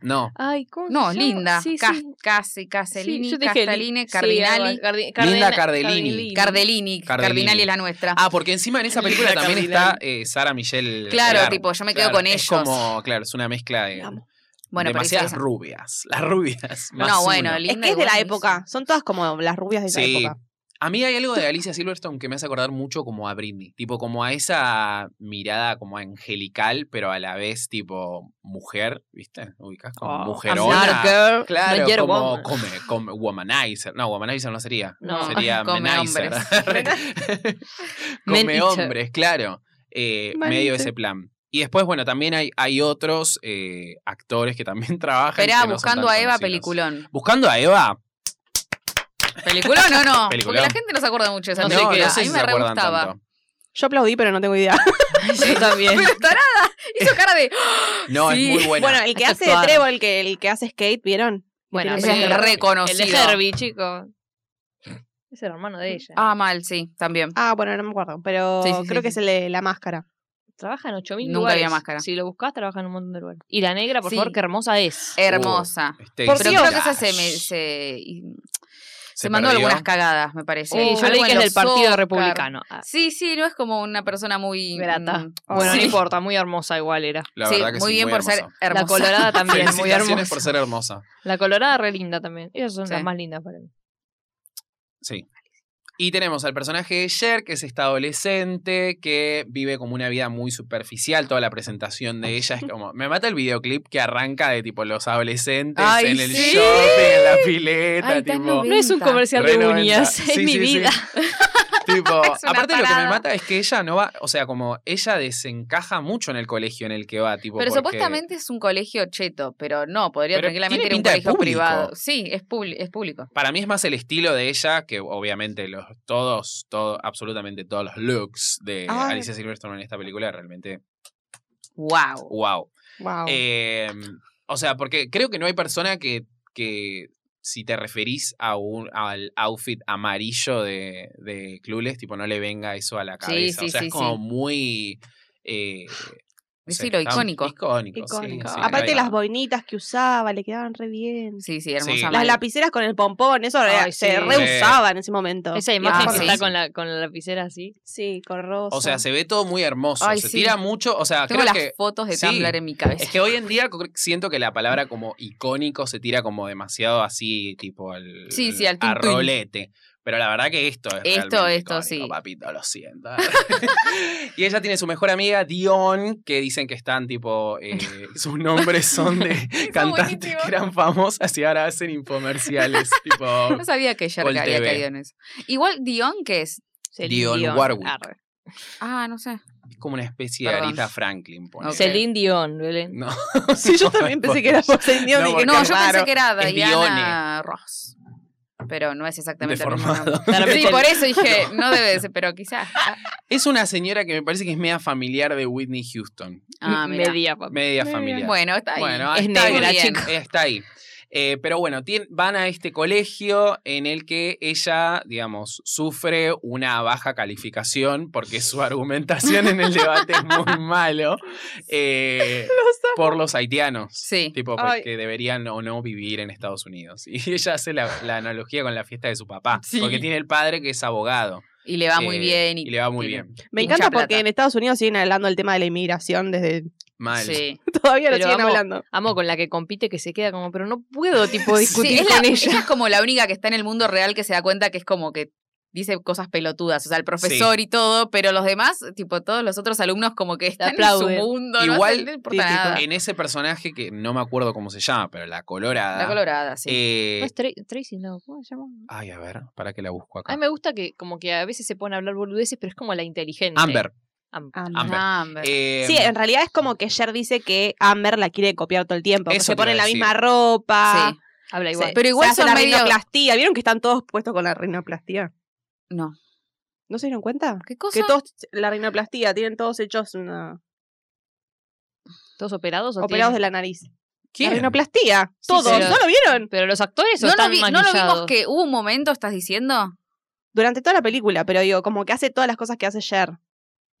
Speaker 1: No.
Speaker 4: Ay, ¿cómo se
Speaker 5: No,
Speaker 4: llama?
Speaker 5: linda.
Speaker 4: Sí,
Speaker 5: Cas-
Speaker 4: sí.
Speaker 5: Casi, Caselini,
Speaker 4: Sí, yo te dije
Speaker 5: Castellini,
Speaker 4: li- sí,
Speaker 5: Cardinali.
Speaker 4: algo- Cardi-
Speaker 1: Linda
Speaker 4: Cardena-
Speaker 1: Cardellini.
Speaker 5: Cardellini. Cardinali es la nuestra.
Speaker 1: Ah, porque encima en esa película
Speaker 2: Linda
Speaker 1: también
Speaker 2: Cardinal.
Speaker 1: está eh, Sara Michelle.
Speaker 5: claro,
Speaker 1: Gellar.
Speaker 5: tipo, yo me quedo
Speaker 1: Claro,
Speaker 5: con
Speaker 1: es
Speaker 5: ellos.
Speaker 1: como, claro, es una mezcla de
Speaker 5: bueno, pero
Speaker 1: demasiadas
Speaker 5: esa-
Speaker 1: rubias. Las rubias. más
Speaker 5: No, bueno,
Speaker 1: uno.
Speaker 5: linda.
Speaker 3: Es que es de la
Speaker 5: igual,
Speaker 3: época. Son todas como las rubias de esa
Speaker 1: Sí.
Speaker 3: época.
Speaker 1: A mí hay algo de Alicia Silverstone que me hace acordar mucho como a Britney. Tipo, como a esa mirada como angelical, pero a la vez tipo mujer, ¿viste? Ubicás como
Speaker 3: Oh,
Speaker 1: mujerona.
Speaker 5: girl.
Speaker 1: Claro,
Speaker 5: Mayer
Speaker 1: como
Speaker 5: woman.
Speaker 1: come, come, womanizer. No, womanizer no sería.
Speaker 5: No,
Speaker 1: sería
Speaker 5: come
Speaker 1: menizer.
Speaker 4: Men
Speaker 1: come
Speaker 4: eater.
Speaker 1: hombres, claro. Eh, medio ese plan. Y después, bueno, también hay, hay otros eh, actores que también trabajan.
Speaker 5: Esperá,
Speaker 1: que no son
Speaker 5: buscando
Speaker 1: tan
Speaker 5: a Eva,
Speaker 1: conocidos.
Speaker 5: peliculón.
Speaker 1: Buscando a Eva,
Speaker 5: ¿Peliculón o no? Porque
Speaker 1: Peliculón.
Speaker 5: la gente no se acuerda mucho de esa
Speaker 1: no,
Speaker 5: película.
Speaker 1: no sé
Speaker 5: a
Speaker 1: si
Speaker 5: mí
Speaker 1: se
Speaker 5: me re
Speaker 1: acuerdan
Speaker 5: gustaba.
Speaker 1: tanto.
Speaker 3: Yo aplaudí, pero no tengo idea.
Speaker 4: Yo también.
Speaker 5: Pero tarada, hizo cara de.
Speaker 1: No,
Speaker 5: Sí.
Speaker 1: es muy buena.
Speaker 3: Bueno, el que hace de
Speaker 4: Actuada.
Speaker 3: Trevor, el que, el que hace skate, ¿vieron?
Speaker 4: Bueno,
Speaker 3: Tiene
Speaker 5: Ese
Speaker 3: pelo
Speaker 5: es
Speaker 4: sí.
Speaker 3: largo.
Speaker 4: El
Speaker 5: reconocido.
Speaker 4: de Herbie, chico. Es el hermano de ella.
Speaker 5: Ah, mal, sí, también.
Speaker 3: Ah, bueno, no me acuerdo, pero
Speaker 5: Sí, sí,
Speaker 3: creo
Speaker 5: sí,
Speaker 3: que es el de la máscara.
Speaker 4: Trabaja en 8000
Speaker 5: Nunca
Speaker 4: lugares.
Speaker 5: había máscara.
Speaker 4: Si lo buscas, trabaja en un montón de lugares. Y la negra, por
Speaker 5: Sí. Eh,
Speaker 4: favor, qué hermosa es.
Speaker 5: Hermosa.
Speaker 1: Este,
Speaker 3: Por
Speaker 5: Pero
Speaker 3: Dios.
Speaker 5: creo que esa se, me,
Speaker 1: Dash.
Speaker 5: se, y-
Speaker 1: Se
Speaker 5: se mandó
Speaker 1: perdió.
Speaker 5: algunas cagadas, me parece.
Speaker 4: Sí, yo
Speaker 5: Algo
Speaker 4: leí
Speaker 5: en
Speaker 4: Uh, que es del
Speaker 5: Oh, los
Speaker 4: Partido
Speaker 5: Oscar.
Speaker 4: Republicano. Ah,
Speaker 5: Sí, sí, no es como una persona muy.
Speaker 4: Grata.
Speaker 5: mm,
Speaker 4: Bueno, no
Speaker 5: sí.
Speaker 4: importa, muy hermosa igual era.
Speaker 1: La
Speaker 5: Sí,
Speaker 1: verdad que
Speaker 5: muy
Speaker 1: sí,
Speaker 5: bien por ser
Speaker 1: hermosa.
Speaker 5: hermosa.
Speaker 4: La colorada también, muy
Speaker 1: Felicitaciones
Speaker 4: hermosa.
Speaker 1: por ser hermosa.
Speaker 4: La colorada re linda también. Ellas son
Speaker 5: Sí.
Speaker 4: las más lindas para mí.
Speaker 1: Sí. Y tenemos al personaje de Cher, que es esta adolescente que vive como una vida muy superficial. Toda la presentación de ella es como. Me mata el videoclip que arranca de tipo los adolescentes
Speaker 5: Ay,
Speaker 1: en el
Speaker 5: sí.
Speaker 1: shopping, en la pileta,
Speaker 5: Ay, tan
Speaker 1: tipo.
Speaker 5: novela.
Speaker 4: No es un
Speaker 5: Pinta.
Speaker 4: comercial
Speaker 1: re
Speaker 4: de
Speaker 1: 90.
Speaker 4: uñas,
Speaker 1: Sí,
Speaker 4: es
Speaker 1: sí,
Speaker 4: mi
Speaker 1: sí.
Speaker 4: vida.
Speaker 1: Tipo,
Speaker 5: Es una
Speaker 1: aparte lo que me
Speaker 5: tarada.
Speaker 1: mata es que ella no va, o sea, como ella desencaja mucho en el colegio en el que va, tipo.
Speaker 5: Pero
Speaker 1: porque-
Speaker 5: supuestamente es un colegio cheto, pero no, podría
Speaker 1: Pero
Speaker 5: tranquilamente ir
Speaker 1: tiene
Speaker 5: a un
Speaker 1: pinta de
Speaker 5: colegio
Speaker 1: público.
Speaker 5: privado. Sí, es, publi- es público.
Speaker 1: Para mí es más el estilo de ella, que obviamente los todos, todo, absolutamente todos los looks de
Speaker 3: Ah.
Speaker 1: Alicia Silverstone en esta película realmente,
Speaker 5: ¡Wow!
Speaker 1: wow.
Speaker 3: Wow.
Speaker 1: Eh, o sea, porque creo que no hay persona que, que si te referís a un, al outfit amarillo de, de Clueless, tipo, no le venga eso a la
Speaker 5: Sí,
Speaker 1: cabeza.
Speaker 5: sí,
Speaker 1: o sea,
Speaker 5: sí,
Speaker 1: es como
Speaker 5: sí.
Speaker 1: muy... Eh, no sé,
Speaker 5: Sí, lo
Speaker 1: tan
Speaker 5: icónico.
Speaker 1: Icónico, sí,
Speaker 3: Icónico.
Speaker 1: sí,
Speaker 3: Aparte
Speaker 1: ahí va.
Speaker 3: las boinitas que usaba, le quedaban re bien.
Speaker 5: Sí, Ah, sí, hermosa.
Speaker 1: Sí.
Speaker 5: mal.
Speaker 3: Las lapiceras con el pompón, eso era-
Speaker 4: Ay, sí.
Speaker 3: se reusaba en ese momento.
Speaker 4: Esa imagen
Speaker 5: Ah,
Speaker 4: que
Speaker 5: sí.
Speaker 4: está con la, con la lapicera así.
Speaker 3: Sí, con rosa.
Speaker 1: O sea, se ve todo muy hermoso.
Speaker 5: Ay,
Speaker 1: se
Speaker 5: sí.
Speaker 1: tira mucho. O sea,
Speaker 5: Tengo
Speaker 1: creo
Speaker 5: las
Speaker 1: que...
Speaker 5: fotos de
Speaker 1: sí.
Speaker 5: Tumblr en mi cabeza.
Speaker 1: Es que hoy en día co- siento que la palabra como icónico se tira como demasiado así, tipo al,
Speaker 5: Sí, sí, al
Speaker 1: a
Speaker 5: tintuín.
Speaker 1: rolete. Pero la verdad que esto es
Speaker 5: Esto,
Speaker 1: realmente
Speaker 5: esto,
Speaker 1: icónico,
Speaker 5: sí.
Speaker 1: papito, lo siento. y ella tiene su mejor amiga, Dion, que dicen que están tipo, eh, sus nombres son de cantantes
Speaker 5: buenísimo.
Speaker 1: que eran famosas y ahora hacen infomerciales, tipo
Speaker 5: No sabía que ella
Speaker 1: Gol
Speaker 5: había
Speaker 1: TV.
Speaker 5: caído en eso. Igual Dion, ¿qué es?
Speaker 4: Celine
Speaker 1: Dionne
Speaker 4: Dion.
Speaker 1: Warwick.
Speaker 4: Arre.
Speaker 5: Ah, no sé.
Speaker 1: es como una especie de
Speaker 5: Perdón.
Speaker 1: Arita Franklin. ponele.
Speaker 5: Ok.
Speaker 4: Celine Dion, Belén.
Speaker 1: No.
Speaker 3: sí, yo también pensé que era por Dion.
Speaker 1: No,
Speaker 3: dije,
Speaker 1: porque
Speaker 5: No,
Speaker 3: no,
Speaker 5: yo pensé que era
Speaker 1: Es
Speaker 5: Diana Ross. Pero no es exactamente el mismo
Speaker 1: Deformado.
Speaker 5: nombre. Sí, por eso dije, no debe de ser, pero quizás.
Speaker 1: Es una señora que me parece que es media familiar de Whitney Houston.
Speaker 5: Ah, mira.
Speaker 4: Media, papá.
Speaker 1: Media familiar.
Speaker 5: Bueno, está ahí.
Speaker 1: Bueno,
Speaker 4: Es
Speaker 1: está
Speaker 4: negra,
Speaker 1: ahí,
Speaker 5: chico.
Speaker 1: Está ahí. Eh, pero bueno, tien- van a este colegio en el que ella, digamos, sufre una baja calificación porque su argumentación en el debate es muy malo eh, por los haitianos.
Speaker 5: Sí.
Speaker 1: Tipo,
Speaker 3: Ay.
Speaker 1: porque deberían o no vivir en Estados Unidos. Y ella hace la, la analogía con la fiesta de su papá.
Speaker 5: Sí.
Speaker 1: Porque tiene el padre que es abogado.
Speaker 5: Y le va muy
Speaker 1: eh,
Speaker 5: bien.
Speaker 1: Y le va muy
Speaker 5: tiene-
Speaker 1: bien.
Speaker 3: Me
Speaker 5: Mucha
Speaker 3: encanta porque
Speaker 5: plata.
Speaker 3: en Estados Unidos siguen hablando del tema de la inmigración desde...
Speaker 1: Mal.
Speaker 5: Sí.
Speaker 3: Todavía lo
Speaker 4: Pero
Speaker 3: siguen
Speaker 4: vamos-
Speaker 3: hablando.
Speaker 4: Amo con la que compite que se queda como, pero no puedo tipo
Speaker 5: Sí,
Speaker 4: discutir
Speaker 5: es la-
Speaker 4: con ella.
Speaker 5: ella es como la única que está en el mundo real que se da cuenta que es como que dice cosas pelotudas, o sea, el profesor y todo, pero los demás, tipo todos los otros alumnos como que están en
Speaker 4: aplauden.
Speaker 5: su mundo,
Speaker 1: Igual,
Speaker 5: no, No importa
Speaker 3: típico.
Speaker 5: nada.
Speaker 1: En ese personaje que no me acuerdo cómo se llama, pero la colorada.
Speaker 5: La colorada, sí.
Speaker 1: eh,
Speaker 4: No es Tra- Tracy, no, ¿cómo se llama?
Speaker 1: ay, a ver, para que la busco
Speaker 4: A
Speaker 1: acá.
Speaker 4: mí me gusta que como que a veces se pone a hablar boludeces, pero es como la inteligente.
Speaker 1: Amber.
Speaker 4: Am-
Speaker 3: Amber.
Speaker 5: Amber.
Speaker 1: eh,
Speaker 3: Sí, en realidad es como que Cher dice que Amber la quiere copiar todo el tiempo. Que
Speaker 1: Eso
Speaker 3: se
Speaker 1: te iba
Speaker 3: pone
Speaker 1: a
Speaker 3: la
Speaker 1: decir.
Speaker 3: misma ropa.
Speaker 4: Ah.
Speaker 5: Sí.
Speaker 4: Habla
Speaker 3: se-
Speaker 4: igual.
Speaker 5: Pero
Speaker 3: se
Speaker 5: igual
Speaker 3: hace
Speaker 5: son
Speaker 3: la
Speaker 5: medio-
Speaker 3: rinoplastía. ¿Vieron que están todos puestos con la rinoplastía?
Speaker 5: No.
Speaker 3: ¿No se dieron cuenta?
Speaker 5: ¿Qué cosa?
Speaker 3: Que todos, la rinoplastía, tienen todos hechos una-
Speaker 4: ¿Todos operados o
Speaker 3: operados de
Speaker 4: tienen?
Speaker 3: la nariz. La
Speaker 1: ¿Quién?
Speaker 3: rinoplastía. Todos,
Speaker 4: pero-
Speaker 3: ¿no lo vieron?
Speaker 4: Pero los actores o
Speaker 5: ¿No, nos
Speaker 4: están
Speaker 5: vi- no lo
Speaker 4: maquillados.
Speaker 5: vimos que hubo un momento, estás diciendo?
Speaker 3: Durante toda la película, pero digo, como que hace todas las cosas que hace Cher.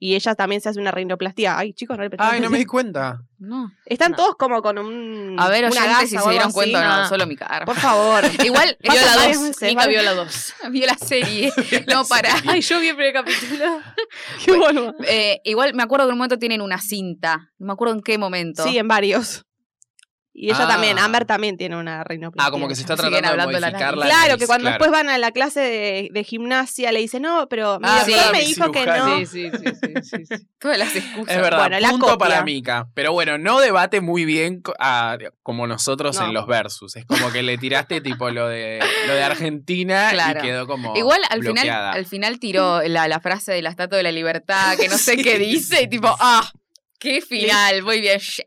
Speaker 3: y ella también se hace una rinoplastía. Ay, chicos, no le presté
Speaker 1: Ay, no me di
Speaker 3: atención.
Speaker 1: cuenta.
Speaker 5: No.
Speaker 3: Están
Speaker 4: No.
Speaker 3: todos como con un.
Speaker 5: A ver,
Speaker 3: una gasa
Speaker 5: oyentes, si
Speaker 3: o
Speaker 5: se
Speaker 3: algo
Speaker 5: dieron
Speaker 3: así.
Speaker 5: cuenta o no,
Speaker 4: Ah.
Speaker 5: solo mi cara.
Speaker 3: Por favor.
Speaker 5: Igual vio
Speaker 3: Pasan
Speaker 5: la
Speaker 3: varias
Speaker 5: 2.
Speaker 3: veces,
Speaker 5: Mica vio
Speaker 3: varias-
Speaker 5: la 2. Vio la serie. No, para.
Speaker 4: Ay, yo vi el primer capítulo.
Speaker 3: Qué boludo.
Speaker 5: Eh, igual me acuerdo que en un momento tienen una cinta. No me acuerdo en qué momento.
Speaker 3: Sí, en varios. Y ella
Speaker 1: Ah.
Speaker 3: también, Amber también tiene una rinoplastia.
Speaker 1: Ah, como que se está
Speaker 5: Siguen
Speaker 1: tratando de
Speaker 5: hablando de la
Speaker 1: modificar la
Speaker 5: nariz.
Speaker 3: Claro,
Speaker 1: nariz,
Speaker 3: que cuando
Speaker 1: claro.
Speaker 3: después van a la clase de, de gimnasia le dice, no, pero mi
Speaker 5: Ah,
Speaker 3: doctor
Speaker 5: sí,
Speaker 3: me
Speaker 1: mi
Speaker 3: dijo que
Speaker 1: cirujano.
Speaker 3: no.
Speaker 4: Sí, sí, sí, sí, sí, sí.
Speaker 5: Todas las
Speaker 1: Es
Speaker 5: excusas.
Speaker 1: verdad,
Speaker 3: Bueno, la
Speaker 1: punto
Speaker 3: copia.
Speaker 1: para Mica. Pero bueno, no debate muy bien co- a- como nosotros
Speaker 3: No.
Speaker 1: en los versus. Es como que le tiraste tipo lo de lo de Argentina
Speaker 5: Claro.
Speaker 1: y quedó como
Speaker 5: Igual al
Speaker 1: bloqueada.
Speaker 5: final, al final tiró la, la frase de la estatua de la libertad, que no sé qué dice, y tipo, ah, qué final, muy bien. Cher.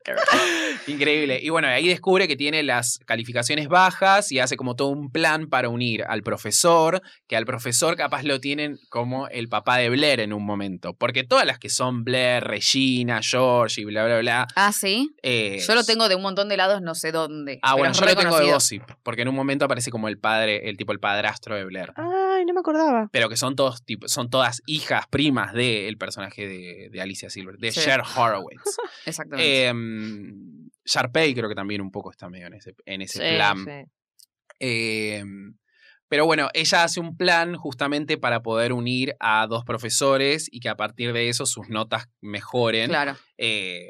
Speaker 1: Increíble. Y bueno, ahí descubre que tiene las calificaciones bajas y hace como todo un plan para unir al profesor, que al profesor capaz lo tienen como el papá de Blair en un momento. Porque todas las que son Blair, Regina, George y bla, bla, bla.
Speaker 5: Ah, sí.
Speaker 1: eh,
Speaker 5: Yo lo tengo de un montón de lados, no sé dónde.
Speaker 1: Ah,
Speaker 5: pero
Speaker 1: bueno,
Speaker 5: es
Speaker 1: yo lo tengo de
Speaker 5: reconocido.
Speaker 1: gossip, porque en un momento aparece como el padre, el tipo el padrastro de Blair.
Speaker 5: Ah.
Speaker 3: Ay, no me acordaba.
Speaker 1: pero que son todos tipo, son todas hijas primas del personaje de, de Alicia Silver, de
Speaker 5: Sí.
Speaker 1: Cher Horowitz.
Speaker 5: Exactamente.
Speaker 1: Em, Sharpay creo que también un poco está medio en ese, en ese
Speaker 4: Sí,
Speaker 1: plan.
Speaker 4: sí.
Speaker 1: Em, pero bueno, ella hace un plan justamente para poder unir a dos profesores y que a partir de eso sus notas mejoren.
Speaker 5: claro.
Speaker 1: Eh,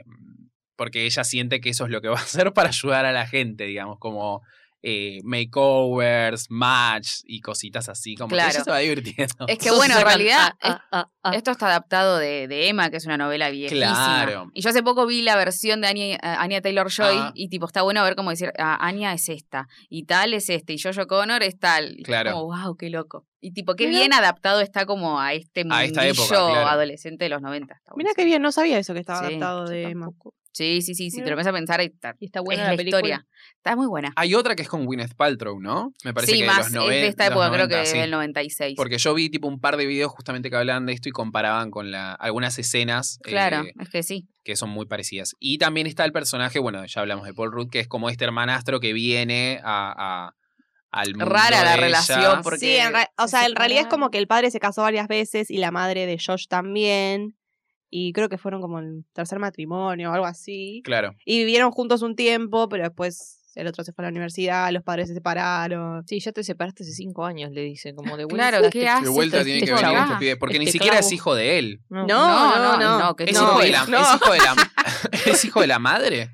Speaker 1: porque ella siente que eso es lo que va a hacer para ayudar a la gente, digamos, como eh, makeovers, match y cositas así, como que
Speaker 5: Claro.
Speaker 1: ella se va divirtiendo.
Speaker 5: Es que
Speaker 4: Sos
Speaker 5: bueno, en
Speaker 4: una-
Speaker 5: realidad,
Speaker 4: ah, ah, ah, ah.
Speaker 5: Esto está adaptado de, de Emma, que es una novela viejísima.
Speaker 1: Claro.
Speaker 5: Y yo hace poco vi la versión de Anya, Taylor Joy
Speaker 1: Ah.
Speaker 5: y tipo, está bueno ver cómo decir, ah, Anya es esta, y tal es este, y Jojo Connor es tal. Y
Speaker 1: Claro.
Speaker 5: Como, wow, qué loco. Y tipo, qué
Speaker 3: Mirá.
Speaker 5: bien adaptado está como a este mundillo
Speaker 1: A esta época, claro.
Speaker 5: adolescente de los 90. Está
Speaker 3: Mira
Speaker 5: buenísimo.
Speaker 3: qué bien, no sabía eso que estaba
Speaker 5: Sí,
Speaker 3: adaptado
Speaker 5: yo
Speaker 3: de Emma.
Speaker 4: Tampoco.
Speaker 5: Sí, sí, sí, si te
Speaker 4: Mirá.
Speaker 5: lo pones a pensar, ahí está.
Speaker 4: Y está
Speaker 5: Buena
Speaker 4: buena
Speaker 5: es
Speaker 4: la
Speaker 5: la,
Speaker 4: película.
Speaker 5: historia. Está muy buena.
Speaker 1: Hay otra que es con Gwyneth Paltrow, ¿no? Me parece
Speaker 5: sí,
Speaker 1: que
Speaker 5: más
Speaker 1: de los noven-
Speaker 5: es de esta
Speaker 1: los
Speaker 5: época, creo que
Speaker 1: 90, sí.
Speaker 5: del 96.
Speaker 1: Porque yo vi tipo un par de videos justamente que hablaban de esto y comparaban con la, algunas escenas eh,
Speaker 5: Claro, es que sí.
Speaker 1: que son muy parecidas. Y también está el personaje, bueno, ya hablamos de Paul Rudd, que es como este hermanastro que viene a, a- al mundo
Speaker 5: Rara
Speaker 1: de
Speaker 5: la
Speaker 1: ella.
Speaker 5: relación, porque-
Speaker 3: Sí, en re- o
Speaker 4: se
Speaker 3: sea, en realidad es
Speaker 4: separaron.
Speaker 3: como que el padre se casó varias veces y la madre de Josh también. Y creo que fueron como el tercer matrimonio o algo así.
Speaker 1: Claro.
Speaker 3: Y vivieron juntos un tiempo, pero después el otro se fue a la universidad, los padres se separaron.
Speaker 4: Sí, ya te separaste hace cinco años, le dice. Como de vuelta.
Speaker 5: Claro, ¿qué hace?
Speaker 1: De vuelta
Speaker 5: este
Speaker 1: tiene que
Speaker 5: tipo
Speaker 1: venir
Speaker 5: acá?
Speaker 1: estos pibes, porque ni
Speaker 4: este
Speaker 1: siquiera es
Speaker 4: clavo.
Speaker 1: hijo de él.
Speaker 4: No,
Speaker 5: No, no, no, que
Speaker 1: Es,
Speaker 5: Eh, no,
Speaker 1: hijo, de
Speaker 5: es-
Speaker 1: la,
Speaker 3: no.
Speaker 1: es hijo de la es hijo de la madre.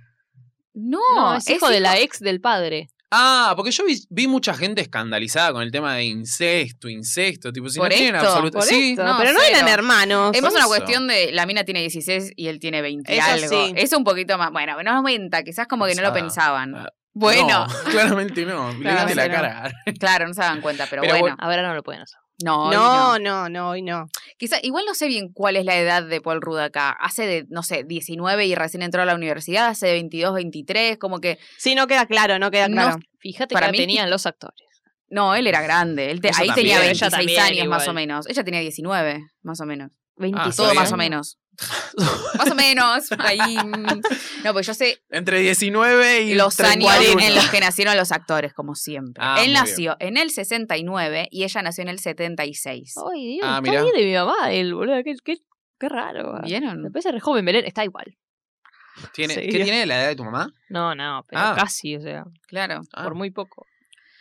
Speaker 5: No,
Speaker 4: no, es hijo de la ex del padre.
Speaker 1: Ah, porque yo vi, vi mucha gente escandalizada con el tema de incesto, incesto, tipo si
Speaker 5: Por
Speaker 1: no tienen
Speaker 5: esto,
Speaker 1: absoluta-
Speaker 3: Por
Speaker 1: sí,
Speaker 3: esto,
Speaker 5: no,
Speaker 3: pero no
Speaker 5: cero.
Speaker 3: eran hermanos.
Speaker 5: Es más
Speaker 1: Por
Speaker 5: una
Speaker 1: eso.
Speaker 5: cuestión de la mina tiene 16 y él tiene 20
Speaker 3: Eso
Speaker 5: algo.
Speaker 3: sí.
Speaker 5: Es un poquito más. Bueno, no 90, quizás como que no lo
Speaker 1: Pensaba.
Speaker 5: pensaban.
Speaker 1: Ah,
Speaker 5: Bueno,
Speaker 1: no, claramente no, le
Speaker 5: Claro,
Speaker 1: viste la
Speaker 5: cero.
Speaker 1: cara. Ah,
Speaker 5: claro, no se daban cuenta, pero,
Speaker 1: Pero
Speaker 5: bueno.
Speaker 4: Ahora no lo pueden hacer.
Speaker 5: No, hoy no.
Speaker 3: No, no, no, hoy no.
Speaker 5: Quizá, igual no sé bien cuál es la edad de Paul Rudd acá. Hace de, no sé, 19 y recién entró a la universidad, hace de 22, 23, como que.
Speaker 3: Sí, no queda claro, no queda
Speaker 5: No,
Speaker 3: claro.
Speaker 4: Fíjate
Speaker 5: Para
Speaker 4: que la
Speaker 5: mí-
Speaker 4: tenían los actores.
Speaker 5: No, él era grande. Él te-
Speaker 1: Ella
Speaker 5: ahí
Speaker 1: también.
Speaker 5: tenía
Speaker 1: Ella
Speaker 5: 26
Speaker 4: también,
Speaker 5: años más o
Speaker 4: igual.
Speaker 5: menos. Ella tenía 19, más o menos.
Speaker 1: Ah,
Speaker 5: Todo
Speaker 1: está
Speaker 5: más o
Speaker 1: bien.
Speaker 5: menos. más o menos. Ahí. mm. No, pues yo sé,
Speaker 1: Entre 19 y
Speaker 5: los años
Speaker 1: 31.
Speaker 5: en los que nacieron los actores, como siempre.
Speaker 1: Ah,
Speaker 5: Él
Speaker 1: muy bien.
Speaker 5: nació en el 69 y ella nació en el 76.
Speaker 4: Ay, Dios,
Speaker 1: Ah,
Speaker 4: está
Speaker 1: mirá.
Speaker 4: bien de mi mamá, él, boludo. Qué, qué, qué raro. ah. Me
Speaker 5: ¿Vieron?
Speaker 4: parece re joven, Belén. Está igual.
Speaker 1: ¿Tiene,
Speaker 3: Sí.
Speaker 1: ¿Qué tiene la edad de tu mamá?
Speaker 4: No, no, pero
Speaker 1: Ah.
Speaker 4: casi, o sea,
Speaker 5: Claro.
Speaker 1: Ah.
Speaker 4: por muy poco.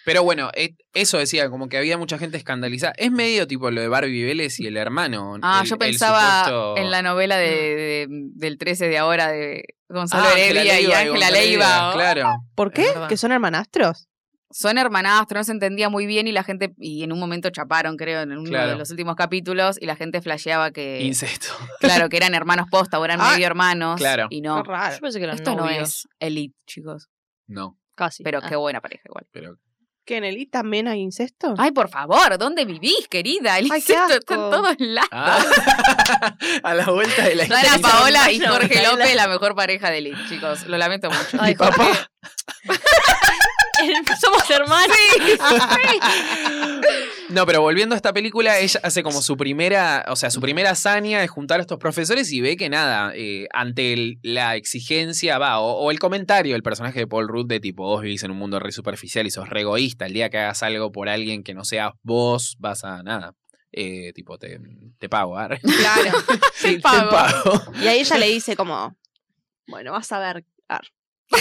Speaker 1: Pero bueno, eh, eso decía, como que había mucha gente escandalizada. Es medio tipo lo de Barbie Vélez y el hermano.
Speaker 5: Ah,
Speaker 1: el-
Speaker 5: yo
Speaker 1: el
Speaker 5: pensaba
Speaker 1: supuesto-
Speaker 5: en la novela
Speaker 4: Ah.
Speaker 5: de, de- del 13 de ahora de Gonzalo
Speaker 1: Ah, Ángela
Speaker 5: Heredia y
Speaker 1: Leiva
Speaker 5: Ángela
Speaker 1: Gonzalo
Speaker 5: Leiva.
Speaker 1: Claro.
Speaker 3: ¿Por
Speaker 1: Es
Speaker 3: qué?
Speaker 1: verdad.
Speaker 3: ¿Que son hermanastros?
Speaker 5: Son hermanastros, no se entendía muy bien y la gente, y en un momento chaparon, creo, en uno
Speaker 1: Claro.
Speaker 5: de los últimos capítulos, y la gente flasheaba que,
Speaker 1: Incesto.
Speaker 5: claro, que eran hermanos posta o eran
Speaker 3: Ah,
Speaker 5: medio hermanos.
Speaker 1: claro.
Speaker 5: Y no.
Speaker 3: Qué raro.
Speaker 4: Yo pensé que eran
Speaker 5: Esto no
Speaker 4: novios.
Speaker 5: es elite, chicos.
Speaker 1: No,
Speaker 4: Casi.
Speaker 5: Pero
Speaker 4: Ah.
Speaker 5: qué buena pareja igual.
Speaker 1: pero.
Speaker 3: ¿Que en Elite también hay incesto?
Speaker 5: Ay, por favor, ¿dónde vivís, querida? El
Speaker 3: qué
Speaker 5: incesto está en
Speaker 3: asco.
Speaker 5: todos lados.
Speaker 1: Ah, a la vuelta de la
Speaker 5: No era
Speaker 1: esquina.
Speaker 5: Paola y
Speaker 4: Vaya,
Speaker 5: Jorge
Speaker 4: Micaela.
Speaker 5: López la mejor pareja de Elite, chicos. Lo lamento mucho.
Speaker 4: Ay,
Speaker 1: Mi papá.
Speaker 4: Somos hermanos.
Speaker 1: No, pero volviendo a esta película, ella hace como su primera, o sea, su primera hazaña es juntar a estos profesores y ve que nada, eh, ante el- la exigencia va, o, o el comentario del personaje de Paul Rudd de tipo, vos vivís en un mundo re superficial y sos re egoísta, el día que hagas algo por alguien que no seas vos, vas a nada, eh, tipo, te, te pago. ah,
Speaker 5: Claro.
Speaker 4: Sí,
Speaker 1: te pago.
Speaker 3: Y a ella le dice como, bueno, vas a ver. ar".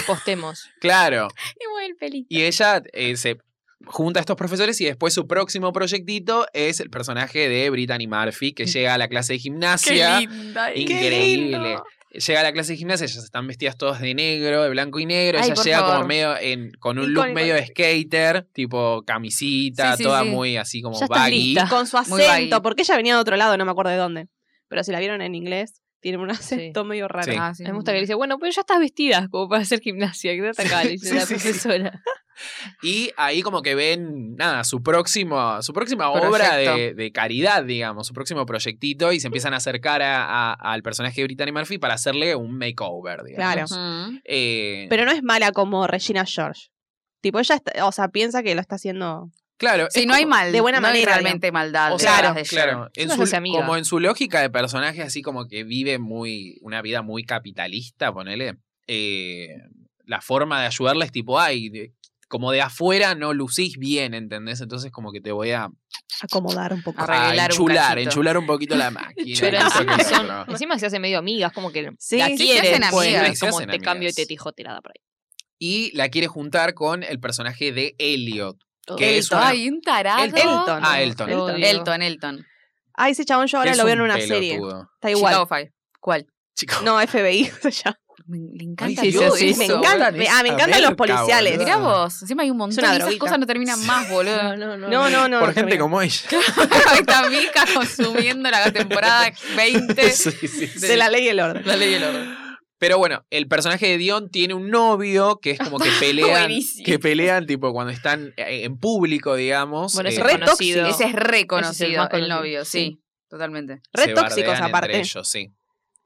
Speaker 4: Postemos.
Speaker 1: Claro.
Speaker 5: Y mueve el pelito.
Speaker 1: Y ella eh, se junta a estos profesores y después su próximo proyectito es el personaje de Brittany Murphy, que llega a la clase de gimnasia.
Speaker 5: linda. y-
Speaker 1: Increíble. Llega a la clase de gimnasia, ellas están vestidas todas de negro, de blanco y negro.
Speaker 5: Ay,
Speaker 1: ella
Speaker 5: por
Speaker 1: llega como
Speaker 5: favor.
Speaker 1: medio en, con un look
Speaker 3: Icónico.
Speaker 1: medio de skater, tipo camisita,
Speaker 5: Sí, sí,
Speaker 1: toda
Speaker 5: sí.
Speaker 1: muy así como
Speaker 4: Ya estás
Speaker 1: baggy.
Speaker 4: lista.
Speaker 3: Con su
Speaker 5: Muy
Speaker 3: acento,
Speaker 5: baggy.
Speaker 3: porque ella venía de otro lado, no me acuerdo de dónde. Pero si la vieron en inglés, tiene un acento medio raro.
Speaker 1: Sí.
Speaker 5: Ah, sí,
Speaker 4: Me gusta que le dice, bueno, pero ya estás vestida como para hacer gimnasia. Que te acá, le dice
Speaker 1: Sí,
Speaker 4: la
Speaker 1: sí, sí.
Speaker 4: profesora.
Speaker 1: Y ahí como que ven, nada, su, próximo, su próxima obra
Speaker 5: Proyecto.
Speaker 1: de, de caridad, digamos, su próximo proyectito y se empiezan a acercar a- a- al personaje de Brittany Murphy para hacerle un makeover, digamos.
Speaker 3: Claro.
Speaker 5: Ujú.
Speaker 1: Eh,
Speaker 3: Pero no es mala como Regina George. Tipo, ella, está- o sea, piensa que lo está haciendo.
Speaker 1: claro,
Speaker 5: Sí,
Speaker 1: es
Speaker 5: no hay
Speaker 1: como-
Speaker 5: mal.
Speaker 3: de buena
Speaker 5: no hay
Speaker 3: manera,
Speaker 5: realmente maldad.
Speaker 1: O
Speaker 5: de
Speaker 1: sea,
Speaker 5: las de Cher.
Speaker 1: claro, en
Speaker 4: Son
Speaker 1: su-
Speaker 4: sus amigas.
Speaker 1: como en su lógica de personaje, así como que vive muy una vida muy capitalista, ponele. eh, la forma de ayudarla es tipo, ay, de- como de afuera no lucís bien, ¿entendés? Entonces como que te voy a,
Speaker 3: Acomodar un poco.
Speaker 5: Arre-
Speaker 1: a
Speaker 5: Arreglar un
Speaker 1: enchular,
Speaker 5: cachito.
Speaker 1: enchular un poquito la máquina.
Speaker 4: Pero
Speaker 1: esto que
Speaker 4: encima,
Speaker 1: lo
Speaker 4: son-
Speaker 1: otro.
Speaker 4: encima se hace medio amigas, como que
Speaker 3: Sí,
Speaker 4: la
Speaker 3: sí, se
Speaker 4: quieren,
Speaker 5: hacen
Speaker 4: pues,
Speaker 5: amigas.
Speaker 4: no es
Speaker 1: Se
Speaker 4: como
Speaker 1: hacen
Speaker 4: te cambio y te
Speaker 1: amigas.
Speaker 4: tijo tirada por ahí.
Speaker 1: Y la quiere juntar con el personaje de Elliot. Que es
Speaker 5: Elton.
Speaker 1: una-
Speaker 5: Ay, un tarado.
Speaker 1: Elton.
Speaker 3: Elton.
Speaker 1: Ah, Elton.
Speaker 4: Lo odio.
Speaker 5: Elton, Elton.
Speaker 3: Ay, ese chabón yo ahora
Speaker 1: que es
Speaker 3: lo veo en
Speaker 1: un
Speaker 3: una serie.
Speaker 1: pelotudo.
Speaker 3: Está igual.
Speaker 5: Chicago Fire. ¿Cuál?
Speaker 1: Chico.
Speaker 3: No, FBI. o sea,
Speaker 5: Me, le
Speaker 1: Ay,
Speaker 5: encanta
Speaker 1: sí,
Speaker 5: el
Speaker 1: sí,
Speaker 5: look
Speaker 1: sí,
Speaker 5: eso,
Speaker 3: me
Speaker 1: eso,
Speaker 3: encanta.
Speaker 1: boludo.
Speaker 3: Me- ah, me encantan los
Speaker 1: Verga,
Speaker 3: policiales.
Speaker 1: boludo.
Speaker 5: Mirá vos, encima hay un montón de
Speaker 3: una
Speaker 5: esas
Speaker 3: droguita.
Speaker 5: cosas no terminan más, boludo.
Speaker 4: no,
Speaker 3: No, no, no.
Speaker 1: Por
Speaker 3: no
Speaker 1: gente
Speaker 3: termino.
Speaker 1: como ella.
Speaker 5: Ahí está Mica consumiendo la temporada 20.
Speaker 1: Sí, sí, sí.
Speaker 3: De la ley y el orden.
Speaker 5: La ley y el orden.
Speaker 1: Pero bueno, el personaje de Dion tiene un novio que es como que pelean,
Speaker 5: Buenísimo.
Speaker 1: que pelean tipo cuando están eh, en público, digamos.
Speaker 4: Bueno, ese
Speaker 1: eh,
Speaker 4: es conocido.
Speaker 5: Ese es reconocido,
Speaker 4: más
Speaker 5: el,
Speaker 4: conocido,
Speaker 5: novio, sí,
Speaker 4: sí.
Speaker 5: totalmente.
Speaker 1: se
Speaker 3: Re tóxicos
Speaker 1: bardean entre
Speaker 3: aparte.
Speaker 1: ellos, sí.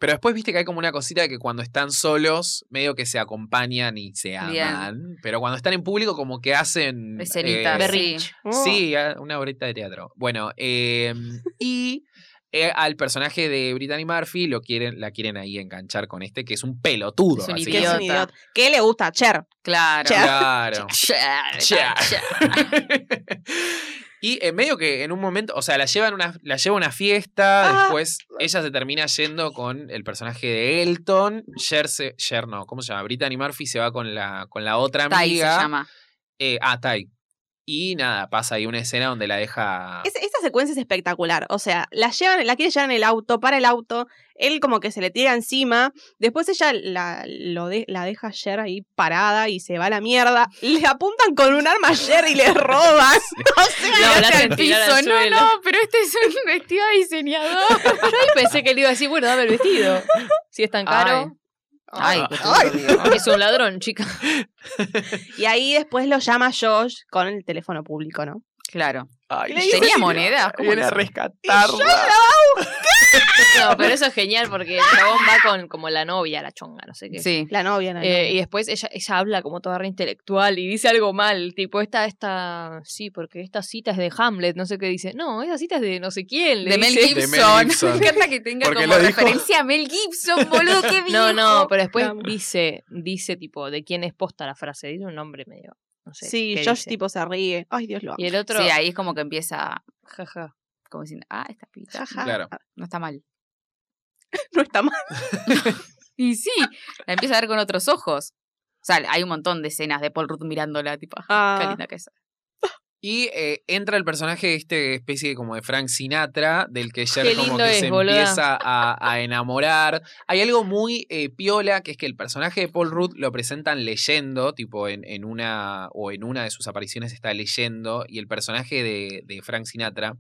Speaker 1: Pero después viste que hay como una cosita de que cuando están solos, medio que se acompañan y se aman.
Speaker 5: Bien.
Speaker 1: Pero cuando están en público, como que hacen.
Speaker 5: Escenitas,
Speaker 1: eh,
Speaker 5: sí.
Speaker 4: berrinche.
Speaker 1: Sí, a- una horita de teatro. Bueno, eh, y eh, al personaje de Brittany Murphy lo quieren, la quieren ahí enganchar con este, que es un pelotudo.
Speaker 5: Es un
Speaker 3: Que es un
Speaker 1: básicamente.
Speaker 5: Idiota.
Speaker 3: idiota. ¿Qué le gusta? Cher.
Speaker 5: Claro.
Speaker 3: Che.
Speaker 1: Claro.
Speaker 5: Che,
Speaker 1: Che.
Speaker 5: che.
Speaker 1: y en medio que en un momento, o sea, la llevan una, la lleva a una
Speaker 5: Ah.
Speaker 1: fiesta, después ella se termina yendo con el personaje de Elton, Cher, se- Cher no, ¿cómo se llama? Brittany Murphy se va con la, con la otra amiga.
Speaker 5: Tai se llama.
Speaker 1: Eh, ah, Tai. Y nada, pasa ahí una escena donde la deja.
Speaker 4: Ah.
Speaker 3: Es- esta secuencia es espectacular. O sea, la llevan, la quiere llevar en el auto, para el auto, él como que se le tira encima, después ella la, lo de- la deja ayer ahí parada y se va a la mierda. Le apuntan con un arma ayer y le roban. o sea,
Speaker 4: No, la
Speaker 5: Hasta
Speaker 4: hacen
Speaker 5: el
Speaker 4: tirar al
Speaker 5: piso. No,
Speaker 4: suelo.
Speaker 5: no, pero este es un vestido de diseñador.
Speaker 4: Yo ahí pensé que le iba a decir, bueno, dame el vestido. Si es tan caro. pues,
Speaker 5: Ay,
Speaker 1: Ah.
Speaker 5: qué turbio.
Speaker 4: Es un ladrón, chica.
Speaker 3: y ahí después lo llama Josh con el teléfono público, ¿no?
Speaker 5: Claro.
Speaker 1: Ay,
Speaker 3: le
Speaker 1: Cher
Speaker 3: dice-
Speaker 5: ¿Tenía monedas? ¿Cómo
Speaker 1: viene a
Speaker 5: hizo?
Speaker 1: rescatarla.
Speaker 4: No, pero eso es genial porque el chabón va con como la novia, la chonga, no sé qué.
Speaker 5: Sí.
Speaker 3: La novia, la
Speaker 4: Eh, y
Speaker 3: novia.
Speaker 4: después ella, ella habla como toda re intelectual y dice algo mal, tipo, esta, esta, sí, porque esta cita es de Hamlet, no sé qué dice. No, esa cita es de no sé quién. le
Speaker 5: De Mel
Speaker 4: dice.
Speaker 5: Gibson.
Speaker 1: De Mel Gibson.
Speaker 5: Me encanta que tenga
Speaker 1: Porque
Speaker 5: como
Speaker 1: lo dijo.
Speaker 5: referencia a Mel Gibson, boludo, qué
Speaker 4: No, no,
Speaker 5: viejo.
Speaker 4: pero después
Speaker 3: La amo.
Speaker 4: dice, dice tipo, de quién es posta la frase, dice un nombre medio, no sé.
Speaker 3: sí,
Speaker 4: qué
Speaker 3: Josh
Speaker 4: dice.
Speaker 3: tipo se ríe. Ay, Dios lo
Speaker 4: Y
Speaker 3: amo.
Speaker 4: el otro,
Speaker 5: Sí, ahí es como que empieza
Speaker 4: jaja.
Speaker 5: como diciendo, ah, esta pita
Speaker 3: Jaja.
Speaker 1: Claro.
Speaker 5: no está mal.
Speaker 3: No está mal.
Speaker 5: Y sí, la empieza a ver con otros ojos. O sea, hay un montón de escenas de Paul Rudd mirándola, tipo, ah, qué linda que es.
Speaker 1: Y eh, entra el personaje, este especie como de Frank Sinatra, del que Cher
Speaker 4: Qué
Speaker 1: como
Speaker 4: lindo
Speaker 1: que
Speaker 4: es,
Speaker 1: se
Speaker 4: boluda.
Speaker 1: empieza a, a enamorar. Hay algo muy eh, piola, que es que el personaje de Paul Rudd lo presentan leyendo, tipo en, en una o en una de sus apariciones está leyendo, y el personaje de, de Frank Sinatra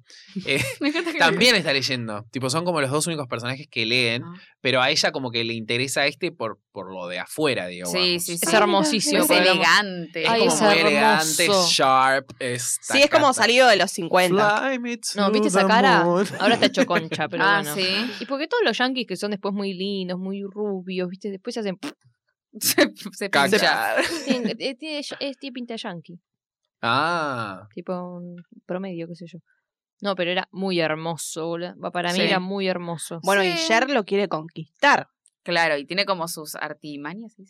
Speaker 1: eh,
Speaker 5: Me encanta que
Speaker 1: también está leyendo. Tipo, son como los dos únicos personajes que leen,
Speaker 5: Ah.
Speaker 1: pero a ella como que le interesa este por, por lo de afuera, digamos.
Speaker 5: Sí, sí, sí.
Speaker 4: es hermosísimo.
Speaker 5: Es
Speaker 4: podemos-
Speaker 5: elegante.
Speaker 1: Es
Speaker 4: Ay,
Speaker 1: como
Speaker 4: es
Speaker 1: muy elegante,
Speaker 4: hermoso.
Speaker 1: sharp, es
Speaker 3: Sí, es como
Speaker 1: tacata.
Speaker 3: salido de los 50.
Speaker 1: Fly me to
Speaker 4: No, ¿viste esa
Speaker 1: the
Speaker 4: cara?
Speaker 1: moon.
Speaker 4: Ahora está hecho concha, pero
Speaker 5: ah,
Speaker 4: bueno.
Speaker 5: sí.
Speaker 4: Y porque todos los yankees que son después muy lindos, muy rubios, ¿viste? Después se hacen.
Speaker 5: Se, se
Speaker 1: Caca.
Speaker 5: pincha.
Speaker 4: tienen- eh, tiene, es- tiene pinta de yankee,
Speaker 1: Ah,
Speaker 4: tipo un promedio, qué sé yo. No, pero era muy hermoso, boludo. Va, Para mí
Speaker 5: Sí.
Speaker 4: era muy hermoso.
Speaker 3: Bueno, y
Speaker 5: Sí.
Speaker 3: Cher lo quiere conquistar.
Speaker 5: Claro, y tiene como sus artimañas. ¿sí?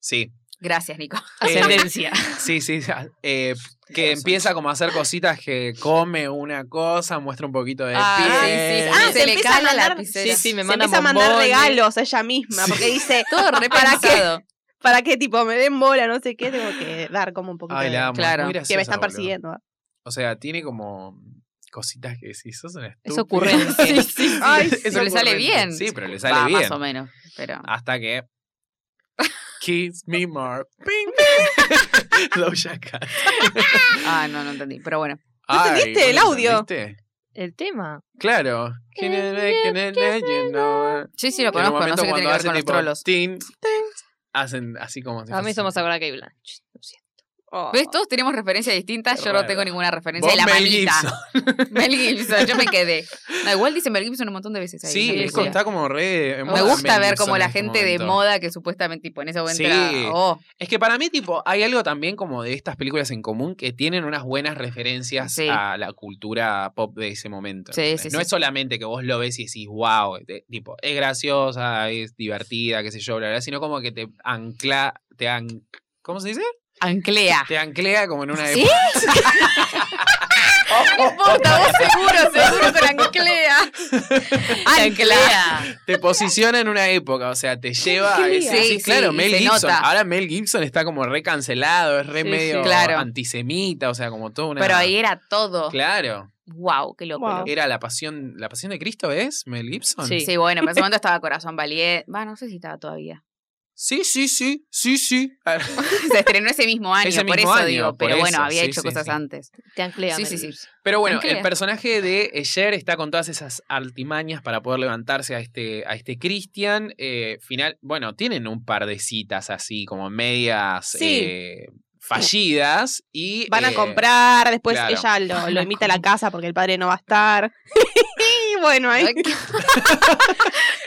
Speaker 1: sí.
Speaker 5: Gracias, Nico.
Speaker 4: Ascendencia.
Speaker 1: Sí, sí, sí, eh, que empieza como a hacer cositas que come una cosa, muestra un poquito de
Speaker 5: Ah,
Speaker 1: piel.
Speaker 5: sí, sí, sí.
Speaker 3: Ah,
Speaker 5: se
Speaker 3: se
Speaker 5: le
Speaker 3: empieza a
Speaker 5: cae la
Speaker 3: mandar-
Speaker 5: lapicera.
Speaker 4: Sí, sí, me
Speaker 3: Se
Speaker 4: manda
Speaker 3: empieza a mandar
Speaker 4: bombones.
Speaker 3: regalos a ella misma,
Speaker 1: Sí.
Speaker 3: porque dice,
Speaker 5: Todo repensado.
Speaker 3: ¿para qué tipo me den bola? No sé qué, tengo que dar como un poquito
Speaker 1: Ay,
Speaker 3: de...
Speaker 1: la amo. es
Speaker 5: Claro.
Speaker 1: muy
Speaker 3: Ah, que me
Speaker 1: graciosa,
Speaker 3: están
Speaker 1: boludo.
Speaker 3: persiguiendo.
Speaker 1: O sea, tiene como cositas que si sos una
Speaker 4: Es
Speaker 1: estúpida.
Speaker 4: ocurrente.
Speaker 5: Sí, sí, sí.
Speaker 1: Ay,
Speaker 5: Pero
Speaker 1: es
Speaker 5: le sale
Speaker 1: ocurrente.
Speaker 5: bien.
Speaker 1: Sí, pero le
Speaker 5: Va,
Speaker 1: sale bien.
Speaker 5: Más o menos. Pero.
Speaker 1: Hasta que. Kiss me more. Ping, ping. Doja Cat.
Speaker 5: Ah, no, no entendí. Pero bueno.
Speaker 1: Ay,
Speaker 3: entendiste
Speaker 1: ¿no
Speaker 3: el
Speaker 1: lo
Speaker 3: audio?
Speaker 1: entendiste?
Speaker 4: El tema.
Speaker 1: Claro.
Speaker 4: Can you make
Speaker 1: You know.
Speaker 5: Sí, sí, lo
Speaker 1: Que en un
Speaker 5: conozco.
Speaker 1: momento
Speaker 5: No sé qué tiene
Speaker 1: cuando
Speaker 5: que ver
Speaker 1: hace
Speaker 5: con los
Speaker 1: tipo,
Speaker 5: trolos.
Speaker 1: tin, tin, hacen así como. si
Speaker 4: A mí
Speaker 1: fuese-
Speaker 4: somos ahora que Blanche. Lo siento.
Speaker 3: Oh.
Speaker 5: ¿Ves? Todos tenemos referencias distintas.
Speaker 1: Qué
Speaker 5: Yo no
Speaker 1: raro.
Speaker 5: tengo ninguna referencia
Speaker 1: Vos,
Speaker 5: de la
Speaker 1: Mel
Speaker 5: manita.
Speaker 1: Gibson.
Speaker 5: Mel Gibson, yo me quedé. No, igual dice Mel Gibson un montón de veces ahí. en
Speaker 1: Sí,
Speaker 5: la
Speaker 1: es
Speaker 5: película.
Speaker 1: como- está como re. en
Speaker 5: Me
Speaker 1: moda
Speaker 5: gusta
Speaker 1: Mel
Speaker 5: ver
Speaker 1: Gibson
Speaker 5: como
Speaker 1: en
Speaker 5: la
Speaker 1: este
Speaker 5: gente de
Speaker 1: momento.
Speaker 5: moda que supuestamente tipo en ese momento
Speaker 1: Sí.
Speaker 5: era, oh,
Speaker 1: Es que para mí, tipo, hay algo también como de estas películas en común que tienen unas buenas referencias
Speaker 5: Sí.
Speaker 1: a la cultura pop de ese momento.
Speaker 5: Sí,
Speaker 1: ¿entendés?
Speaker 5: sí,
Speaker 1: no
Speaker 5: sí.
Speaker 1: es solamente que vos lo ves y decís, wow, tipo, es graciosa, es divertida, qué sé yo, bla, bla, sino como que te ancla, te an- ¿Cómo se dice?
Speaker 5: anclea.
Speaker 1: Te anclea como en una
Speaker 5: Ah. ¿Sí?
Speaker 1: época.
Speaker 5: No importa, vos seguro, seguro con anclea. Anclea.
Speaker 1: Te posiciona en una época, o sea, te lleva a ese.
Speaker 5: Sí,
Speaker 1: Sí,
Speaker 5: sí,
Speaker 1: claro,
Speaker 5: y
Speaker 1: Mel
Speaker 5: se
Speaker 1: Gibson.
Speaker 5: nota.
Speaker 1: Ahora Mel Gibson está como re cancelado, es re
Speaker 4: Sí, sí.
Speaker 1: medio
Speaker 5: Claro.
Speaker 1: antisemita, o sea, como toda una.
Speaker 5: Pero ahí era todo.
Speaker 1: Claro.
Speaker 5: Wow, qué loco.
Speaker 3: Guau.
Speaker 1: Era la pasión. ¿La pasión de Cristo es Mel Gibson?
Speaker 4: Sí.
Speaker 5: Sí, bueno, pero en ese momento estaba Corazón Valiente. Va, no sé si estaba todavía.
Speaker 1: Sí, sí, sí, sí, sí.
Speaker 5: Se estrenó ese mismo año,
Speaker 1: Ese
Speaker 5: por
Speaker 1: mismo
Speaker 5: eso
Speaker 1: año,
Speaker 5: digo.
Speaker 1: por
Speaker 5: Pero bueno,
Speaker 1: eso,
Speaker 5: había
Speaker 1: sí,
Speaker 5: hecho
Speaker 1: sí,
Speaker 5: cosas
Speaker 1: sí.
Speaker 5: antes.
Speaker 4: Te anclea.
Speaker 5: Sí, sí,
Speaker 4: Mel
Speaker 5: sí.
Speaker 4: Gibson.
Speaker 1: Pero bueno,
Speaker 5: Tranquila.
Speaker 1: el personaje de Cher está con todas esas artimañas para poder levantarse a este, a este Christian. Eh, final, bueno, tienen un par de citas así, como medias
Speaker 3: Sí.
Speaker 1: eh, fallidas. Y,
Speaker 3: Van a
Speaker 1: eh,
Speaker 3: comprar, después
Speaker 1: claro.
Speaker 3: ella lo, lo
Speaker 4: a
Speaker 3: invita a la casa porque el padre no va a estar. y bueno, ahí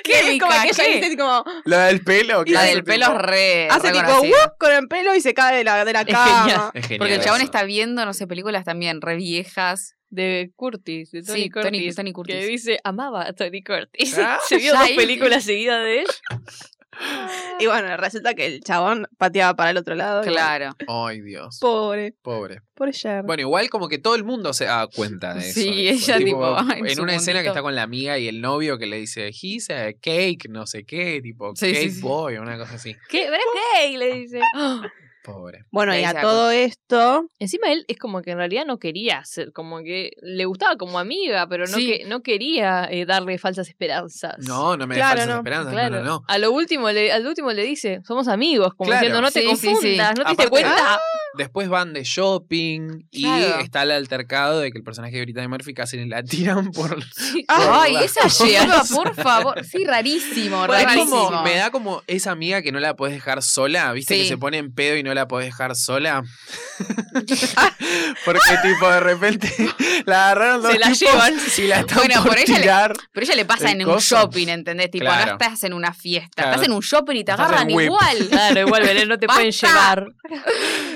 Speaker 5: ¿Qué,
Speaker 3: es como
Speaker 5: Mica,
Speaker 3: que ella
Speaker 5: qué?
Speaker 3: dice como,
Speaker 1: La del pelo,
Speaker 5: La
Speaker 1: claro,
Speaker 5: del
Speaker 1: tipo,
Speaker 5: pelo es re.
Speaker 3: hace tipo
Speaker 5: reconocida.
Speaker 3: "Wup", con el pelo y se cae de la, de la
Speaker 4: Es genial.
Speaker 3: cama.
Speaker 1: es genial
Speaker 5: Porque el chabón
Speaker 1: eso.
Speaker 5: está viendo, no sé, películas también re viejas.
Speaker 4: De Curtis, de Tony
Speaker 5: Sí, Tony-
Speaker 4: Curtis.
Speaker 5: Tony Curtis.
Speaker 4: Que dice, amaba a Tony Curtis.
Speaker 1: Ah,
Speaker 4: Se vio
Speaker 5: ya
Speaker 4: dos
Speaker 5: ahí.
Speaker 4: películas seguidas de él.
Speaker 3: Y bueno, resulta que el chabón pateaba para el otro lado. y bueno,
Speaker 5: Claro.
Speaker 1: Ah, Ay, Dios.
Speaker 3: pobre,
Speaker 1: Pobre.
Speaker 3: pobre Cher.
Speaker 1: Bueno, igual como que todo el mundo se da cuenta de eso.
Speaker 5: Sí,
Speaker 1: después.
Speaker 5: ella tipo, en
Speaker 1: en,
Speaker 5: su
Speaker 1: una escena que
Speaker 5: mundito.
Speaker 1: está con la amiga y el novio que le dice, he's a cake, no sé qué, tipo,
Speaker 5: Sí, sí,
Speaker 1: cake
Speaker 5: sí.
Speaker 1: boy, una cosa así.
Speaker 4: ¿Qué? ¿Verás qué? Y le dice.
Speaker 1: Pobre.
Speaker 3: Bueno,
Speaker 5: Ahí
Speaker 3: y
Speaker 5: se
Speaker 3: a
Speaker 5: da
Speaker 3: todo esto,
Speaker 4: Encima él es como que en realidad no quería hacer, como que le gustaba como amiga, pero no,
Speaker 5: Sí.
Speaker 4: que, no quería eh, darle falsas esperanzas.
Speaker 1: No, no me
Speaker 3: Claro,
Speaker 1: des falsas
Speaker 3: no.
Speaker 1: esperanzas,
Speaker 4: Claro.
Speaker 1: no, no, no.
Speaker 4: A lo último le, al último le dice, somos amigos, como
Speaker 1: Claro.
Speaker 4: diciendo, no te
Speaker 5: Sí, sí, sí.
Speaker 4: confundas, no te diste
Speaker 1: Aparte-
Speaker 4: cuenta.
Speaker 1: Después van de shopping y
Speaker 5: Claro.
Speaker 1: está el altercado de que el personaje de Brittany Murphy casi la tiran por...
Speaker 5: Ay,
Speaker 1: Por
Speaker 5: esa llega, por favor. Sí, rarísimo,
Speaker 1: Bueno, es
Speaker 5: rarísimo.
Speaker 1: como- me da como esa amiga que no la puedes dejar sola, viste
Speaker 5: Sí.
Speaker 1: que se pone en pedo y no la podés dejar sola. Porque tipo de repente la agarraron dos
Speaker 4: Se la
Speaker 1: tipos
Speaker 4: llevan.
Speaker 1: y la están
Speaker 5: Bueno,
Speaker 1: por,
Speaker 5: por ella le-
Speaker 1: tirar.
Speaker 5: Pero ella le pasa
Speaker 1: el
Speaker 5: en un
Speaker 1: coso.
Speaker 5: shopping, ¿entendés? Tipo,
Speaker 1: Claro.
Speaker 5: no estás en una fiesta,
Speaker 1: Claro.
Speaker 5: estás en un shopping y te
Speaker 1: Estás en
Speaker 5: agarran
Speaker 1: Whip.
Speaker 5: igual.
Speaker 4: Claro, igual Belén no te pueden
Speaker 5: ah, Basta.
Speaker 4: llevar.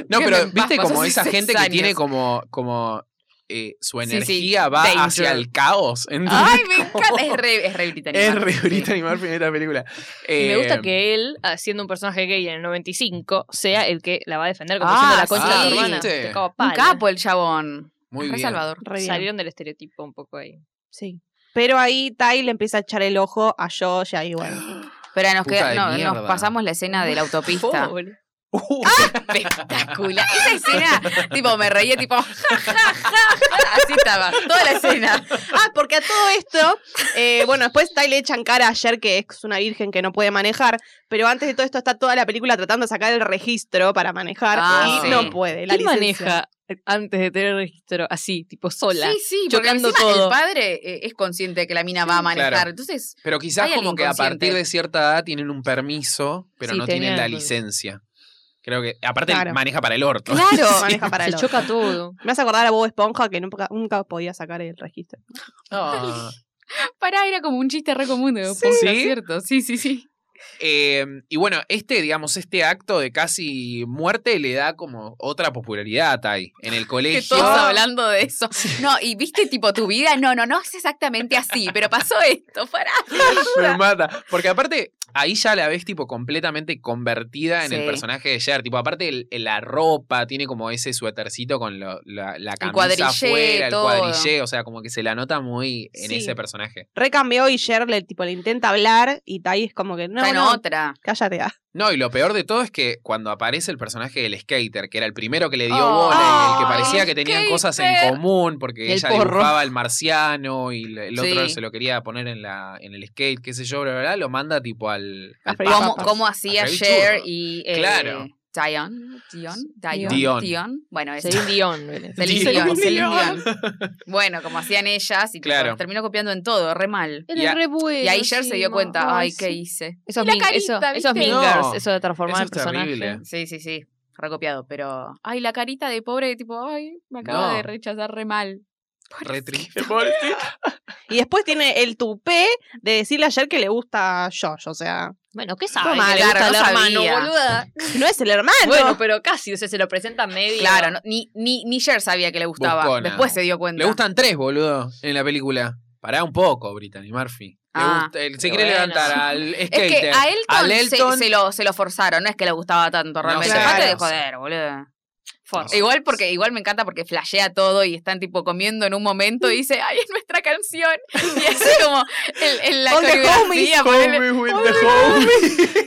Speaker 1: No,
Speaker 5: que
Speaker 1: pero
Speaker 5: me
Speaker 1: viste
Speaker 5: pasó
Speaker 1: como
Speaker 5: hace
Speaker 1: esa
Speaker 5: seis
Speaker 1: gente que tiene
Speaker 5: años.
Speaker 1: como, como eh, su
Speaker 5: Sí, sí.
Speaker 1: energía va
Speaker 5: Danger.
Speaker 1: hacia el caos. ¿entendés?
Speaker 5: Ay, me encanta. Es re, es re británica.
Speaker 1: es re Brittany Murphy en esta película.
Speaker 4: Y me gusta
Speaker 1: Eh,
Speaker 4: que él, siendo un personaje gay en el 95, sea el que la va a defender como
Speaker 5: Ah,
Speaker 4: siendo la concha de
Speaker 5: sí.
Speaker 4: tu hermana.
Speaker 1: ¿Viste?
Speaker 4: Te cago a
Speaker 5: Un
Speaker 4: palo.
Speaker 5: capo el chabón.
Speaker 1: Muy
Speaker 5: re
Speaker 1: bien.
Speaker 5: Salvador.
Speaker 3: re bien.
Speaker 4: Salieron del estereotipo un poco ahí.
Speaker 3: Sí. Pero ahí Tai le empieza a echar el ojo a Josh y ahí bueno.
Speaker 5: Pero nos,
Speaker 1: Puta
Speaker 5: queda-
Speaker 1: de
Speaker 5: no, nos
Speaker 1: mierda.
Speaker 5: pasamos la escena de la autopista.
Speaker 4: Pobre.
Speaker 1: Uh,
Speaker 5: Ah, espectacular. Esa escena, tipo, me reía, tipo, ja, ja, ja, ja. Así estaba, toda la escena.
Speaker 3: Ah, porque a todo esto, eh, bueno, después Tai le echan cara a Cher, que es una virgen que no puede manejar, pero antes de todo esto está toda la película tratando de sacar el registro para manejar
Speaker 5: Ah,
Speaker 3: y
Speaker 1: sí.
Speaker 3: no puede. La
Speaker 4: ¿Quién
Speaker 3: licencia.
Speaker 4: maneja eh, antes de tener registro así, tipo sola?
Speaker 5: Sí, sí, porque
Speaker 4: chocando
Speaker 5: encima
Speaker 4: todo.
Speaker 5: el padre eh, es consciente de que la mina va a manejar.
Speaker 1: Claro.
Speaker 5: Entonces,
Speaker 1: pero quizás
Speaker 5: Hay el
Speaker 1: como que a partir
Speaker 5: inconsciente.
Speaker 1: de cierta edad tienen un permiso, pero
Speaker 4: Sí,
Speaker 1: no tienen
Speaker 4: tenían
Speaker 1: la
Speaker 4: el permiso.
Speaker 1: licencia. Creo que, aparte
Speaker 3: Claro.
Speaker 1: maneja para el orto.
Speaker 5: claro.
Speaker 3: Maneja para
Speaker 4: Se
Speaker 3: el orto.
Speaker 4: choca todo.
Speaker 3: Me vas a acordar a Bob Esponja que nunca, nunca podía sacar el registro.
Speaker 1: Ah.
Speaker 5: Pará, era como un chiste re común de
Speaker 1: Sí.
Speaker 5: ¿cierto? Sí, sí, sí.
Speaker 1: Eh, y bueno, este, digamos, este acto de casi muerte le da como otra popularidad a Tai en el
Speaker 5: Que
Speaker 1: colegio.
Speaker 5: todos hablando de eso. No, y viste tipo tu vida, no, no, no es exactamente así, pero pasó esto, pará.
Speaker 1: Me mata. Porque aparte, ahí ya la ves tipo completamente convertida en el
Speaker 5: Sí.
Speaker 1: personaje de Cher. Tipo, aparte el- el- la ropa, tiene como ese suétercito con lo- la, la camisa
Speaker 5: cuadrillé,
Speaker 1: afuera, el
Speaker 5: todo.
Speaker 1: cuadrillé. O sea, como que se la nota muy en
Speaker 3: Sí.
Speaker 1: ese personaje.
Speaker 3: Recambió y Cher le, tipo, le intenta hablar y Tai es como que no,
Speaker 5: Está en
Speaker 3: no,
Speaker 5: otra.
Speaker 3: cállate. ah.
Speaker 1: No, y lo peor de todo es que cuando aparece el personaje del skater, que era el primero que le dio
Speaker 5: Oh,
Speaker 1: bola y el que
Speaker 5: oh,
Speaker 1: parecía que tenían cosas en
Speaker 5: skater.
Speaker 1: común, porque
Speaker 4: El
Speaker 1: ella
Speaker 4: porro.
Speaker 1: dibujaba el marciano y el- el otro
Speaker 5: Sí.
Speaker 1: se lo quería poner en la en el skate, qué sé yo, bla, bla, bla, lo manda tipo al,
Speaker 3: A
Speaker 1: al
Speaker 3: freír
Speaker 5: ¿Cómo,
Speaker 1: pasto.
Speaker 5: cómo hacía
Speaker 1: Acá hay
Speaker 5: Cher
Speaker 1: churro.
Speaker 5: y eh,
Speaker 1: Claro.
Speaker 5: Dion? Dion? Dion.
Speaker 1: Dion.
Speaker 5: Dion. Bueno, es
Speaker 4: Sería un guión. ¿vale?
Speaker 5: Celine
Speaker 1: Dion.
Speaker 5: Dion, Celine
Speaker 3: Dion.
Speaker 5: Dion. Bueno, como hacían ellas y tipo,
Speaker 1: Claro.
Speaker 5: las terminó copiando en todo, re mal.
Speaker 1: Y a-
Speaker 4: Era re bueno.
Speaker 5: Y ahí Cher se
Speaker 4: sí,
Speaker 5: dio
Speaker 4: ma-
Speaker 5: cuenta, ay, ¿qué
Speaker 4: sí.
Speaker 5: hice?
Speaker 4: Eso es,
Speaker 5: Y la
Speaker 4: mean, eso,
Speaker 5: carita,
Speaker 4: eso es
Speaker 5: ¿viste?
Speaker 4: Mean Girls,
Speaker 1: No,
Speaker 4: eso de transformar
Speaker 1: Eso
Speaker 4: el
Speaker 1: es
Speaker 4: personaje.
Speaker 1: terrible.
Speaker 5: Sí, sí, sí, recopiado, pero... Ay, la carita de pobre, tipo, ay, me acaba
Speaker 1: No.
Speaker 5: de rechazar re mal.
Speaker 1: Re triste, pobrecito.
Speaker 3: Y después tiene el tupé de decirle ayer que le gusta Josh, o sea,
Speaker 4: Bueno, ¿qué sabe?
Speaker 5: mal,
Speaker 4: que le gusta
Speaker 5: claro,
Speaker 4: el
Speaker 5: no
Speaker 4: hermano,
Speaker 5: sabía.
Speaker 4: boluda.
Speaker 3: no es el hermano.
Speaker 4: Bueno, pero casi, o sea, se lo presenta medio.
Speaker 5: Claro, no- ni, ni, ni Cher sabía que le gustaba.
Speaker 1: Buscona.
Speaker 5: Después se dio cuenta.
Speaker 1: Le gustan tres, boludo, en la película. Pará un poco, Brittany Murphy. Le
Speaker 5: Ah,
Speaker 1: gusta- él se
Speaker 4: pero
Speaker 1: quiere
Speaker 4: bueno.
Speaker 1: levantar al skater.
Speaker 5: Es que a Elton,
Speaker 1: Al
Speaker 5: se-
Speaker 1: Elton-
Speaker 5: Se, lo, se lo forzaron, no es que le gustaba
Speaker 1: No,
Speaker 5: tanto realmente.
Speaker 3: claro.
Speaker 5: Dejate de joder, boludo.
Speaker 1: Forza.
Speaker 5: Igual porque igual me encanta porque flashea todo y están tipo comiendo en un momento y dice, ay, es nuestra canción. Y así como el, el- la
Speaker 3: All the
Speaker 5: coreografía, ponele,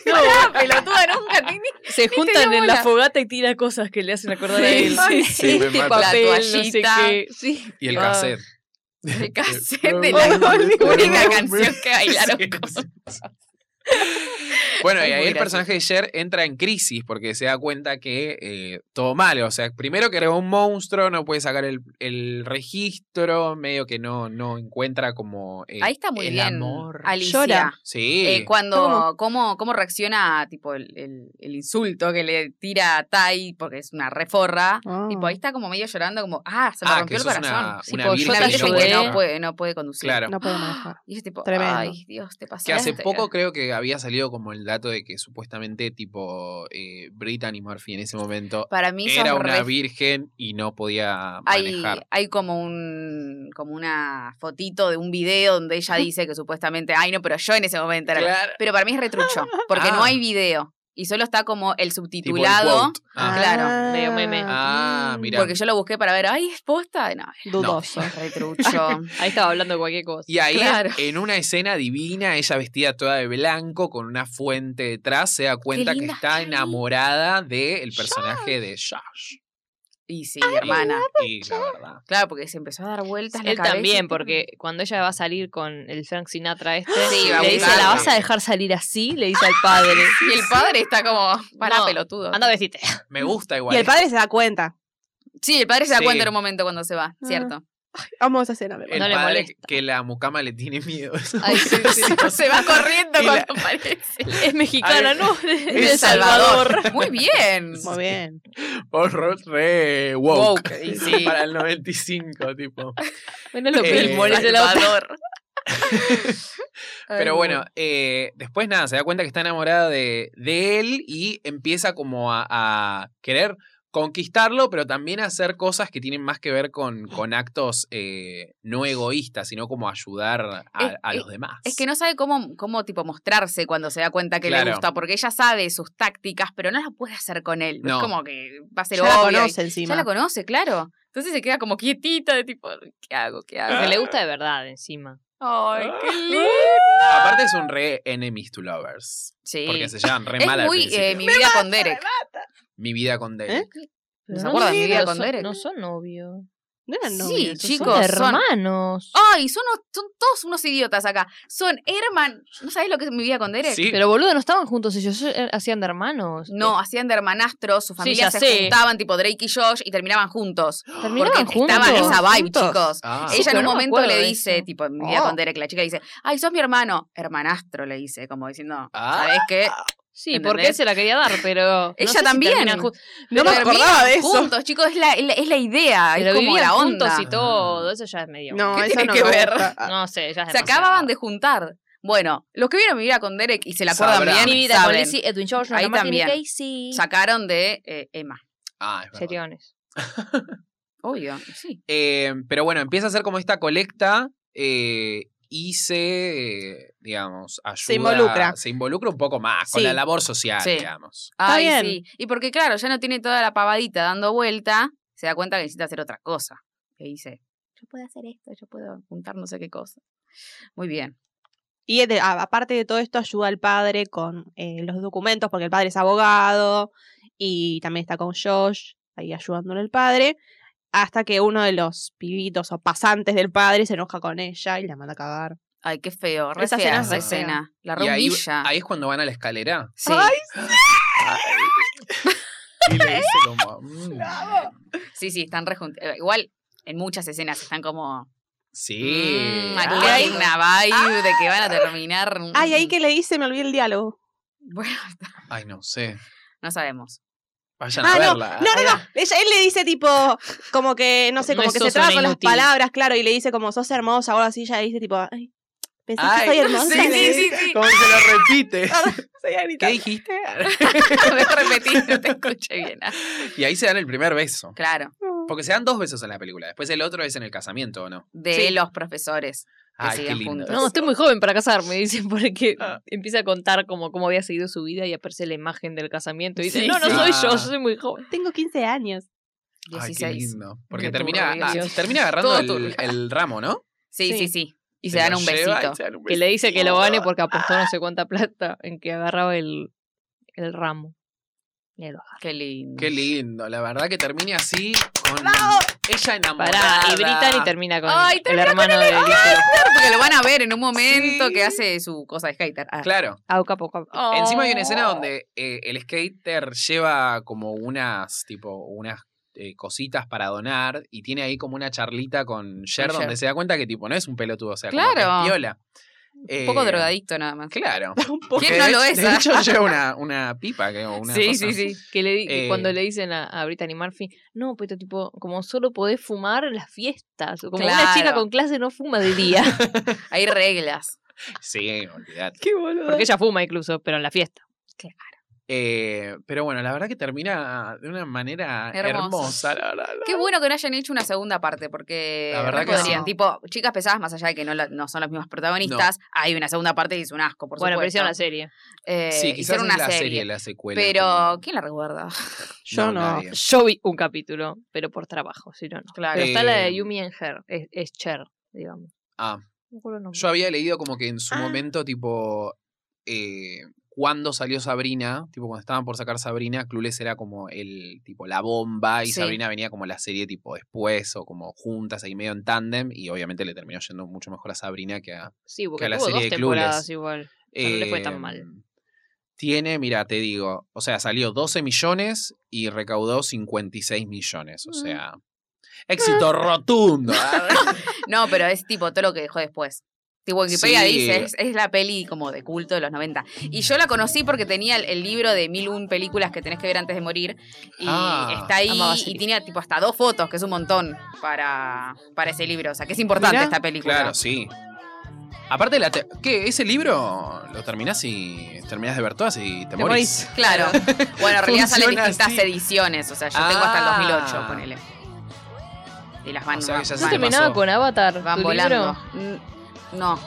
Speaker 5: "Pará, pelotuda, nunca te- ni-
Speaker 4: Se juntan
Speaker 5: tenía
Speaker 4: en la
Speaker 5: bola.
Speaker 4: fogata y tira cosas que le hacen acordar a
Speaker 5: Sí,
Speaker 4: él.
Speaker 5: sí,
Speaker 1: sí, me
Speaker 4: este
Speaker 1: mata.
Speaker 4: papel,
Speaker 5: La
Speaker 4: no sé
Speaker 5: toallita.
Speaker 4: qué. Sí.
Speaker 1: Y el
Speaker 4: Ah.
Speaker 1: cassette.
Speaker 5: el cassette de la única canción que Ah, bailaron.
Speaker 1: Sí,
Speaker 5: con-
Speaker 1: sí. Bueno,
Speaker 5: Ay,
Speaker 1: y ahí
Speaker 5: muy
Speaker 1: el personaje de Cher entra en crisis porque se da cuenta que eh, todo mal. O sea, primero que era un monstruo, no puede sacar el, el registro, medio que no, no encuentra como eh,
Speaker 5: Ahí está muy
Speaker 1: el
Speaker 5: bien.
Speaker 1: amor.
Speaker 5: Alicia.
Speaker 3: Llora.
Speaker 1: Sí.
Speaker 5: Eh, cuando, ¿cómo, ¿Cómo reacciona a, tipo el, el- el insulto que le tira a Tai porque es una reforra?
Speaker 3: Ah.
Speaker 5: Tipo, ahí está como medio llorando, como, ah, se me
Speaker 1: ah, que
Speaker 5: rompió el
Speaker 1: sos
Speaker 5: corazón.
Speaker 1: una,
Speaker 4: Sí,
Speaker 1: una
Speaker 4: pues,
Speaker 1: virgen
Speaker 4: yo
Speaker 5: una
Speaker 4: te
Speaker 1: que
Speaker 5: virgen
Speaker 1: no
Speaker 5: que
Speaker 1: puede
Speaker 4: ayudé.
Speaker 5: no
Speaker 1: manejar.
Speaker 5: puede, no puede conducir.
Speaker 1: Claro.
Speaker 3: No puedo manejar.
Speaker 5: Y es tipo,
Speaker 3: Tremendo.
Speaker 5: ay, Dios, te pasaste.
Speaker 1: Que hace poco creo que había salido como el dato de que supuestamente tipo eh, Brittany Murphy en ese momento
Speaker 5: Para mí sos
Speaker 1: era una
Speaker 5: re-
Speaker 1: virgen y no podía
Speaker 5: hay,
Speaker 1: manejar.
Speaker 5: hay como un como una fotito de un video donde ella dice que supuestamente, ay no, pero yo en ese momento era.
Speaker 1: Claro.
Speaker 5: Pero para mí es retrucho, porque no
Speaker 1: Ah.
Speaker 5: hay video. Y solo está como el
Speaker 1: Tipo el
Speaker 5: subtitulado.
Speaker 1: quote. Ah,
Speaker 5: Claro,
Speaker 4: medio meme.
Speaker 1: Ah,
Speaker 3: mm,
Speaker 1: mira.
Speaker 5: Porque yo lo busqué para ver, ay, es posta. No,
Speaker 3: Dudoso.
Speaker 5: es retrucho.
Speaker 4: Ahí estaba hablando de cualquier cosa.
Speaker 1: Y ahí,
Speaker 5: Claro.
Speaker 1: en una escena divina, ella vestida toda de blanco, con una fuente detrás, se da cuenta que
Speaker 5: linda
Speaker 1: está
Speaker 5: está ahí.
Speaker 1: enamorada del personaje de Josh.
Speaker 5: y sí, hermana.
Speaker 1: Y la verdad.
Speaker 5: Claro, porque se empezó a dar vueltas la
Speaker 4: Él
Speaker 5: cabeza,
Speaker 4: también,
Speaker 5: tipo,
Speaker 4: porque cuando ella va a salir con el Frank Sinatra este,
Speaker 5: Sí, va
Speaker 4: le
Speaker 5: a
Speaker 4: dice,
Speaker 5: buscarlo.
Speaker 4: ¿la vas a dejar salir así? Le dice al padre.
Speaker 5: Y el padre está como, para
Speaker 4: No,
Speaker 5: pelotudo.
Speaker 4: Anda, vestite.
Speaker 1: Me gusta igual.
Speaker 3: Y el padre se da cuenta.
Speaker 5: Sí, el padre se da
Speaker 1: Sí.
Speaker 5: cuenta en un momento cuando se va, cierto.
Speaker 3: Vamos a esa escena. me
Speaker 1: El
Speaker 4: no le
Speaker 1: padre
Speaker 4: molesta.
Speaker 1: que la mucama le tiene miedo.
Speaker 5: Ay, sí, sí, se va corriendo
Speaker 1: Y la-
Speaker 5: cuando aparece.
Speaker 4: Es mexicana,
Speaker 1: Ay,
Speaker 4: ¿no?
Speaker 5: El
Speaker 4: De El Salvador.
Speaker 5: Muy bien.
Speaker 3: parece. Muy bien.
Speaker 1: Horror re woke.
Speaker 5: Woke, y sí.
Speaker 1: Para el 95, tipo.
Speaker 4: Bueno, lo
Speaker 1: Eh,
Speaker 4: que
Speaker 1: Morales
Speaker 4: de la otra.
Speaker 5: Salvador.
Speaker 1: Pero bueno, eh, después nada, se da cuenta que está enamorada de, de él y empieza como a, a querer conquistarlo, pero también a hacer cosas que tienen más que ver con, con actos eh, no egoístas, sino como ayudar a,
Speaker 5: Es-
Speaker 1: a
Speaker 5: es-
Speaker 1: los demás.
Speaker 5: Es que no sabe cómo, cómo tipo mostrarse cuando se da cuenta que
Speaker 1: Claro.
Speaker 5: le gusta, porque ella sabe sus tácticas, pero no las puede hacer con él.
Speaker 1: No.
Speaker 5: Es como que va a ser
Speaker 3: ya la
Speaker 5: obvio y- Ya
Speaker 3: conoce encima.
Speaker 5: la conoce, claro. Entonces se queda como quietita de tipo, ¿qué hago? ¿Qué
Speaker 4: Porque
Speaker 5: hago?
Speaker 4: le gusta de verdad encima.
Speaker 5: Ay, qué lindo.
Speaker 1: Aparte es un re enemies to lovers,
Speaker 5: Sí.
Speaker 1: porque se llevan re
Speaker 5: es
Speaker 1: mal al
Speaker 5: muy eh,
Speaker 1: principio.
Speaker 5: mi vida con Derek.
Speaker 1: Mi vida con Derek.
Speaker 3: ¿Eh?
Speaker 5: ¿No
Speaker 4: Pero
Speaker 5: se
Speaker 4: no
Speaker 5: acuerdan de mi
Speaker 4: son-
Speaker 5: vida
Speaker 4: no
Speaker 5: con
Speaker 4: son-
Speaker 5: Derek?
Speaker 4: No son novios.
Speaker 3: No eran
Speaker 5: Sí,
Speaker 3: novios,
Speaker 5: chicos.
Speaker 4: Son
Speaker 5: son-
Speaker 4: hermanos.
Speaker 5: Ay, son, unos- son todos unos idiotas acá. Son herman. ¿No sabés lo que es mi vida con Derek?
Speaker 1: Sí,
Speaker 4: Pero boludo, no estaban juntos ellos, eh, hacían de hermanos. Eh,
Speaker 5: No, hacían de hermanastros, sus
Speaker 4: Sí,
Speaker 5: familias
Speaker 4: ya
Speaker 5: se
Speaker 4: sé.
Speaker 5: juntaban tipo Drake y Josh y terminaban juntos.
Speaker 4: Terminaban
Speaker 5: porque estaban
Speaker 4: juntos.
Speaker 5: esa vibe,
Speaker 3: Juntos.
Speaker 5: chicos.
Speaker 1: Ah.
Speaker 4: Sí,
Speaker 5: Ella en
Speaker 4: pero
Speaker 5: un
Speaker 4: no me
Speaker 5: momento
Speaker 4: acuerdo
Speaker 5: le
Speaker 4: de
Speaker 5: dice,
Speaker 4: eso.
Speaker 5: tipo, en mi vida
Speaker 3: Oh.
Speaker 5: con Derek, la chica dice, ay, sos mi hermano. Hermanastro le dice, como diciendo,
Speaker 1: Ah.
Speaker 5: ¿sabés qué?
Speaker 4: Sí,
Speaker 5: ¿Entendés?
Speaker 4: porque él se la quería dar, pero. no
Speaker 5: Ella
Speaker 4: sé si
Speaker 5: también.
Speaker 4: terminan ju-
Speaker 3: No me
Speaker 5: Terminan
Speaker 3: acordaba de eso.
Speaker 5: Juntos, chicos, es la, es la- es la idea,
Speaker 4: Pero
Speaker 5: es como
Speaker 4: vivían
Speaker 5: la
Speaker 4: juntos
Speaker 1: Mm.
Speaker 5: onda.
Speaker 4: y todo. Eso ya es medio.
Speaker 3: No,
Speaker 5: ¿Qué
Speaker 3: eso
Speaker 5: tiene
Speaker 3: no
Speaker 5: que
Speaker 3: me
Speaker 5: ver?
Speaker 1: Ah.
Speaker 3: gusta.
Speaker 4: No sé, ya es
Speaker 5: Se
Speaker 4: demasiado.
Speaker 5: acababan de juntar. Bueno, los que vieron mi vida con Derek y se la acuerdan
Speaker 1: Sabrán.
Speaker 5: bien,
Speaker 4: Mi vida con
Speaker 5: saben,
Speaker 4: Lizzie, Edwin George,
Speaker 5: Ahí
Speaker 4: Ahí
Speaker 5: también.
Speaker 4: también. Casey.
Speaker 5: sacaron de eh, Emma.
Speaker 1: Ah, es verdad.
Speaker 4: Seriones.
Speaker 5: Obvio, sí.
Speaker 1: Eh, pero bueno, empieza a ser como esta colecta eh, y se, eh, digamos, ayuda.
Speaker 3: involucra.
Speaker 1: Se involucra un poco más con
Speaker 3: Sí.
Speaker 1: la labor social,
Speaker 5: Sí.
Speaker 1: digamos.
Speaker 5: Ay,
Speaker 3: bien.
Speaker 5: sí. Y porque, claro, ya no tiene toda la pavadita dando vuelta, se da cuenta que necesita hacer otra cosa. Que dice, yo puedo hacer esto, yo puedo juntar no sé qué cosa. Muy bien.
Speaker 3: Y de- a- aparte de todo esto, ayuda al padre con eh, los documentos, porque el padre es abogado y también está con Josh, ahí ayudándole el padre, hasta que uno de los pibitos o pasantes del padre se enoja con ella y la manda a cagar.
Speaker 5: Ay, qué feo. Re
Speaker 3: Esa
Speaker 5: fea
Speaker 3: escena
Speaker 5: esa
Speaker 1: es re fea.
Speaker 5: escena. La
Speaker 1: Y ahí,
Speaker 5: rumilla.
Speaker 1: ahí es cuando van a la escalera.
Speaker 5: Sí.
Speaker 1: Y le dice como. mm.
Speaker 5: sí, sí, están re juntos. Eh, Igual, en muchas escenas están como.
Speaker 1: Sí.
Speaker 5: mm,
Speaker 1: Ah,
Speaker 5: aquí hay una vibe de que van a terminar.
Speaker 3: Ay, ahí que le dice, me olvidé el diálogo.
Speaker 5: Bueno,
Speaker 1: Ay, no sé.
Speaker 5: no sabemos.
Speaker 1: Vayan
Speaker 3: Ah,
Speaker 1: a
Speaker 3: no, no,
Speaker 1: verla.
Speaker 3: no, no. Ella- él le dice tipo, como que, no sé,
Speaker 4: No
Speaker 3: como
Speaker 4: es
Speaker 3: que se
Speaker 4: sos
Speaker 3: traba
Speaker 4: una
Speaker 3: con las
Speaker 4: inútil.
Speaker 3: palabras, claro, y le dice como, sos hermosa o algo así, ella le dice tipo, ay, pensás
Speaker 1: Ay,
Speaker 3: que soy hermosa.
Speaker 5: sí,
Speaker 3: Le
Speaker 5: sí,
Speaker 3: dice,
Speaker 5: sí, sí.
Speaker 1: ¿Cómo se lo repite?
Speaker 3: "Soy
Speaker 1: ¿Qué
Speaker 3: Anita".
Speaker 1: dijiste?
Speaker 5: Voy a repetir, no te escuché bien. Ah,
Speaker 1: Y ahí se dan el primer beso.
Speaker 5: Claro,
Speaker 1: Porque se dan dos besos en la película. Después el otro es en el casamiento, ¿o no?
Speaker 5: de
Speaker 3: Sí.
Speaker 5: los profesores.
Speaker 1: Ay, qué
Speaker 5: sigan
Speaker 1: lindo.
Speaker 5: juntos.
Speaker 4: No, estoy muy joven para casarme, dice, porque
Speaker 1: Ah.
Speaker 4: empieza a contar como cómo había seguido su vida y aparece la imagen del casamiento. Y dice,
Speaker 5: Sí,
Speaker 4: no, no
Speaker 1: sí.
Speaker 4: soy yo,
Speaker 1: Ah.
Speaker 4: yo soy muy joven.
Speaker 3: Tengo 15 años.
Speaker 1: Ay,
Speaker 5: 16.
Speaker 1: qué lindo. Porque
Speaker 4: Qué
Speaker 1: termina,
Speaker 4: turbio,
Speaker 1: ah,
Speaker 4: Dios.
Speaker 1: termina agarrando
Speaker 5: Todo
Speaker 1: el, el ramo, ¿no?
Speaker 5: Sí, sí,
Speaker 4: Sí.
Speaker 5: sí. Y se, dan
Speaker 1: lo
Speaker 5: un
Speaker 1: lleva y
Speaker 5: besito.
Speaker 1: se dan un
Speaker 4: Que le dice que lo
Speaker 1: besito.
Speaker 4: gane porque apostó no sé cuánta plata en que agarraba el, el ramo. Y ahí lo agarra.
Speaker 5: Qué lindo.
Speaker 1: Qué lindo. La verdad que termine así con ella enamorada.
Speaker 4: Pará, y Brittany termina con
Speaker 5: Ay,
Speaker 4: el
Speaker 5: termina
Speaker 4: hermano de Elizabeth.
Speaker 5: Porque lo van a ver en un momento
Speaker 1: Sí.
Speaker 5: que hace su cosa de skater. Ah.
Speaker 1: Claro.
Speaker 4: Auca, poca.
Speaker 5: Oh.
Speaker 1: Encima hay una escena donde eh, el skater lleva como unas, tipo, unas eh, cositas para donar y tiene ahí como una charlita con Cher
Speaker 5: Cher.
Speaker 1: donde se da cuenta que tipo no es un pelotudo, o sea, como que
Speaker 5: Claro.
Speaker 1: es viola.
Speaker 5: Un
Speaker 1: drogadito.
Speaker 5: poco drogadicto nada más.
Speaker 1: eh, Claro.
Speaker 5: ¿Quién no
Speaker 1: de-
Speaker 5: lo es,
Speaker 1: De
Speaker 5: ah?
Speaker 1: hecho, lleva una, una pipa. Que, o una
Speaker 5: Sí,
Speaker 1: cosa.
Speaker 5: sí, sí.
Speaker 4: Que, le di- que
Speaker 1: Eh.
Speaker 4: cuando le dicen a, a Brittany Murphy, no, pero tipo, como solo podés fumar en las fiestas. Como una chica
Speaker 5: Claro.
Speaker 4: con clase no fuma de día.
Speaker 5: Hay reglas.
Speaker 1: Sí, olvidate.
Speaker 3: Qué boludo.
Speaker 4: Porque ella fuma incluso, pero en la fiesta.
Speaker 1: Eh, pero bueno, la verdad que termina de una manera
Speaker 5: Hermoso.
Speaker 1: hermosa. la verdad, la-
Speaker 5: Qué bueno que no hayan hecho una segunda parte, porque
Speaker 1: La verdad
Speaker 5: no
Speaker 1: que sí.
Speaker 5: podrían. Tipo, chicas pesadas, más allá de que no, la- no son las mismas protagonistas, hay una segunda parte y es un asco, por
Speaker 4: bueno,
Speaker 5: supuesto.
Speaker 4: pero hicieron la serie.
Speaker 5: Eh,
Speaker 1: sí, quizás
Speaker 5: hicieron
Speaker 1: es
Speaker 5: una
Speaker 1: la serie,
Speaker 5: serie.
Speaker 1: la secuela.
Speaker 5: pero, ¿quién la recuerda?
Speaker 3: Yo no.
Speaker 1: nadie.
Speaker 4: Yo vi un capítulo, pero por trabajo, si no, no.
Speaker 5: Claro.
Speaker 4: Pero está la de
Speaker 1: Eh.
Speaker 4: Yumi en Her, es, es Cher, digamos.
Speaker 1: Ah,
Speaker 4: No me acuerdo el nombre.
Speaker 1: yo había leído como que en su
Speaker 3: Ah.
Speaker 1: momento, tipo, eh, cuando salió Sabrina, tipo, cuando estaban por sacar Sabrina, Clueless era como el, tipo, la bomba y
Speaker 5: Sí.
Speaker 1: Sabrina venía como la serie, tipo, después o como juntas ahí medio en tándem y obviamente le terminó yendo mucho mejor a Sabrina que a...
Speaker 4: sí, porque
Speaker 1: la
Speaker 4: tuvo
Speaker 1: serie
Speaker 4: dos
Speaker 1: de Clueless.
Speaker 4: temporadas igual. sea, no le fue tan
Speaker 1: Em,
Speaker 4: mal.
Speaker 1: Tiene, mira, te digo, o sea, salió 12 millones y recaudó 56 millones.
Speaker 4: Mm.
Speaker 1: O sea,
Speaker 4: Ah.
Speaker 1: éxito rotundo.
Speaker 5: No, pero es tipo todo lo que dejó después. Tipo, Wikipedia
Speaker 1: Sí.
Speaker 5: dice, es, es la peli como de culto de los 90. Y yo la conocí porque tenía el, el libro de mil un películas que tenés que ver antes de morir. Y
Speaker 1: Ah.
Speaker 5: está ahí
Speaker 4: Amaba ese
Speaker 5: y
Speaker 4: libro.
Speaker 5: tiene tipo hasta dos fotos, que es un montón para, para ese libro. O sea, que es importante
Speaker 1: Mirá.
Speaker 5: esta película.
Speaker 1: claro, sí. Aparte, la te- ¿qué? Ese libro lo terminás y terminás de ver todas y te, morís.
Speaker 5: Claro. Bueno, en realidad salen
Speaker 1: Funciona
Speaker 5: distintas
Speaker 1: así.
Speaker 5: ediciones. O sea, yo tengo
Speaker 1: Ah.
Speaker 5: hasta el 2008, ponele. Y las van,
Speaker 1: O sea, que ya se
Speaker 5: van-
Speaker 4: ¿No
Speaker 1: Mal
Speaker 4: terminaba
Speaker 1: pasó.
Speaker 4: con Avatar?
Speaker 5: van
Speaker 4: tu
Speaker 5: volando.
Speaker 4: libro?
Speaker 5: Mm, No.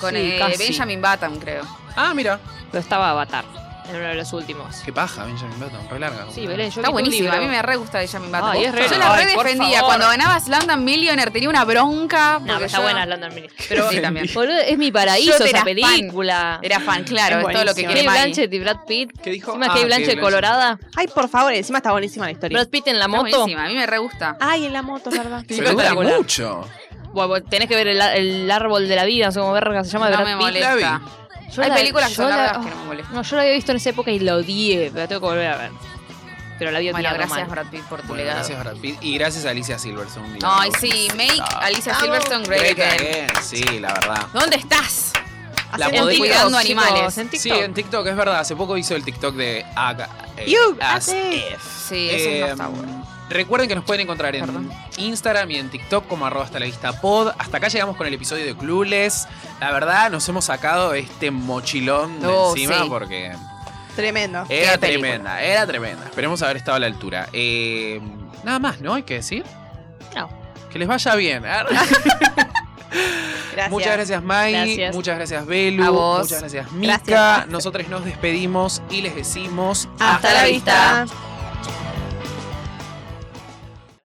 Speaker 5: Con
Speaker 4: Sí,
Speaker 5: eh,
Speaker 4: casi.
Speaker 5: Benjamin Button, creo.
Speaker 1: Ah, mira.
Speaker 4: Pero estaba Avatar, en uno de los últimos.
Speaker 1: Qué paja, Benjamin Button, re larga.
Speaker 4: Sí, Belén, yo vi
Speaker 5: Está
Speaker 4: tu
Speaker 5: buenísimo,
Speaker 4: libro.
Speaker 5: a mí me re gusta Benjamin Button.
Speaker 4: Ay, es re-
Speaker 5: yo la
Speaker 4: ay,
Speaker 5: re
Speaker 4: por
Speaker 5: defendía.
Speaker 4: favor.
Speaker 5: Cuando ganaba Slam Millionaire tenía una bronca.
Speaker 4: No,
Speaker 5: porque
Speaker 4: pero está
Speaker 5: yo-
Speaker 4: buena London Ministry.
Speaker 5: Pero sí, también.
Speaker 4: Boludo, es mi
Speaker 5: Yo
Speaker 4: paraíso
Speaker 5: te
Speaker 4: esa
Speaker 5: era fan.
Speaker 4: película.
Speaker 5: Era fan, claro, es,
Speaker 3: Es
Speaker 5: todo lo que
Speaker 3: buenísimo.
Speaker 5: quiere
Speaker 4: Kate
Speaker 5: Maggie.
Speaker 4: Blanchett y Brad Pitt.
Speaker 1: ¿Qué dijo?
Speaker 4: Encima
Speaker 1: Ah,
Speaker 4: Kate
Speaker 1: Kate
Speaker 4: Blanchett
Speaker 1: Blanchett.
Speaker 4: colorada.
Speaker 3: Ay, por favor, encima está buenísima la historia.
Speaker 4: Brad Pitt en la
Speaker 5: Está
Speaker 4: moto.
Speaker 5: buenísima, a mí me re gusta.
Speaker 3: Ay, en la moto, es verdad.
Speaker 1: Se dura
Speaker 4: Espectacular.
Speaker 1: mucho.
Speaker 4: Bueno, vos tenés que ver el, el árbol de la vida, no sé cómo verga se llama, de
Speaker 5: no
Speaker 4: Brad
Speaker 5: me
Speaker 4: Pitt.
Speaker 1: La
Speaker 5: molesta.
Speaker 4: Yo
Speaker 5: Hay
Speaker 4: la-
Speaker 5: películas que
Speaker 4: yo
Speaker 5: son
Speaker 4: la-
Speaker 5: largas
Speaker 4: oh,
Speaker 5: que no me molestan.
Speaker 4: No, yo la había visto en esa época y la odié, pero la tengo que volver a ver. Pero la había
Speaker 5: Bueno,
Speaker 4: odiado
Speaker 5: gracias
Speaker 4: mal.
Speaker 5: Brad Pitt por tu
Speaker 1: Bueno,
Speaker 5: legado.
Speaker 1: gracias, Brad Pitt. Y gracias a Alicia Silverstone. digamos.
Speaker 5: Ay, sí, make
Speaker 1: Ah.
Speaker 5: Alicia Silverstone great
Speaker 1: Great
Speaker 5: again.
Speaker 1: again. Sí, la verdad.
Speaker 5: ¿Dónde estás?
Speaker 1: La
Speaker 3: Hacen
Speaker 1: modelo-
Speaker 3: TikTok.
Speaker 5: cuidando
Speaker 4: chicos,
Speaker 5: animales.
Speaker 4: en
Speaker 1: Sí,
Speaker 4: TikTok.
Speaker 1: en TikTok, es verdad. Hace poco hizo el TikTok de Ag- eh,
Speaker 3: You,
Speaker 1: As
Speaker 3: hace.
Speaker 1: If.
Speaker 5: Sí, eso no
Speaker 1: Em,
Speaker 5: está bueno.
Speaker 1: Recuerden que nos pueden encontrar en Instagram y en TikTok como arroba hasta la vista pod. Hasta acá llegamos con el episodio de Clules. La verdad, nos hemos sacado este mochilón de
Speaker 5: Oh,
Speaker 1: encima
Speaker 5: sí.
Speaker 1: porque
Speaker 3: Tremendo.
Speaker 1: era
Speaker 5: Qué película.
Speaker 1: tremenda, era tremenda. Esperemos haber estado a la altura. Eh, nada más, ¿no? Hay que decir.
Speaker 4: No.
Speaker 1: Que les vaya bien. ¿eh?
Speaker 3: Gracias.
Speaker 1: Muchas gracias, Mai.
Speaker 4: Gracias.
Speaker 1: Muchas gracias, Belu.
Speaker 5: A vos.
Speaker 1: Muchas gracias, Mika.
Speaker 3: Gracias.
Speaker 1: Nosotros nos despedimos y les decimos
Speaker 3: Hasta la vista.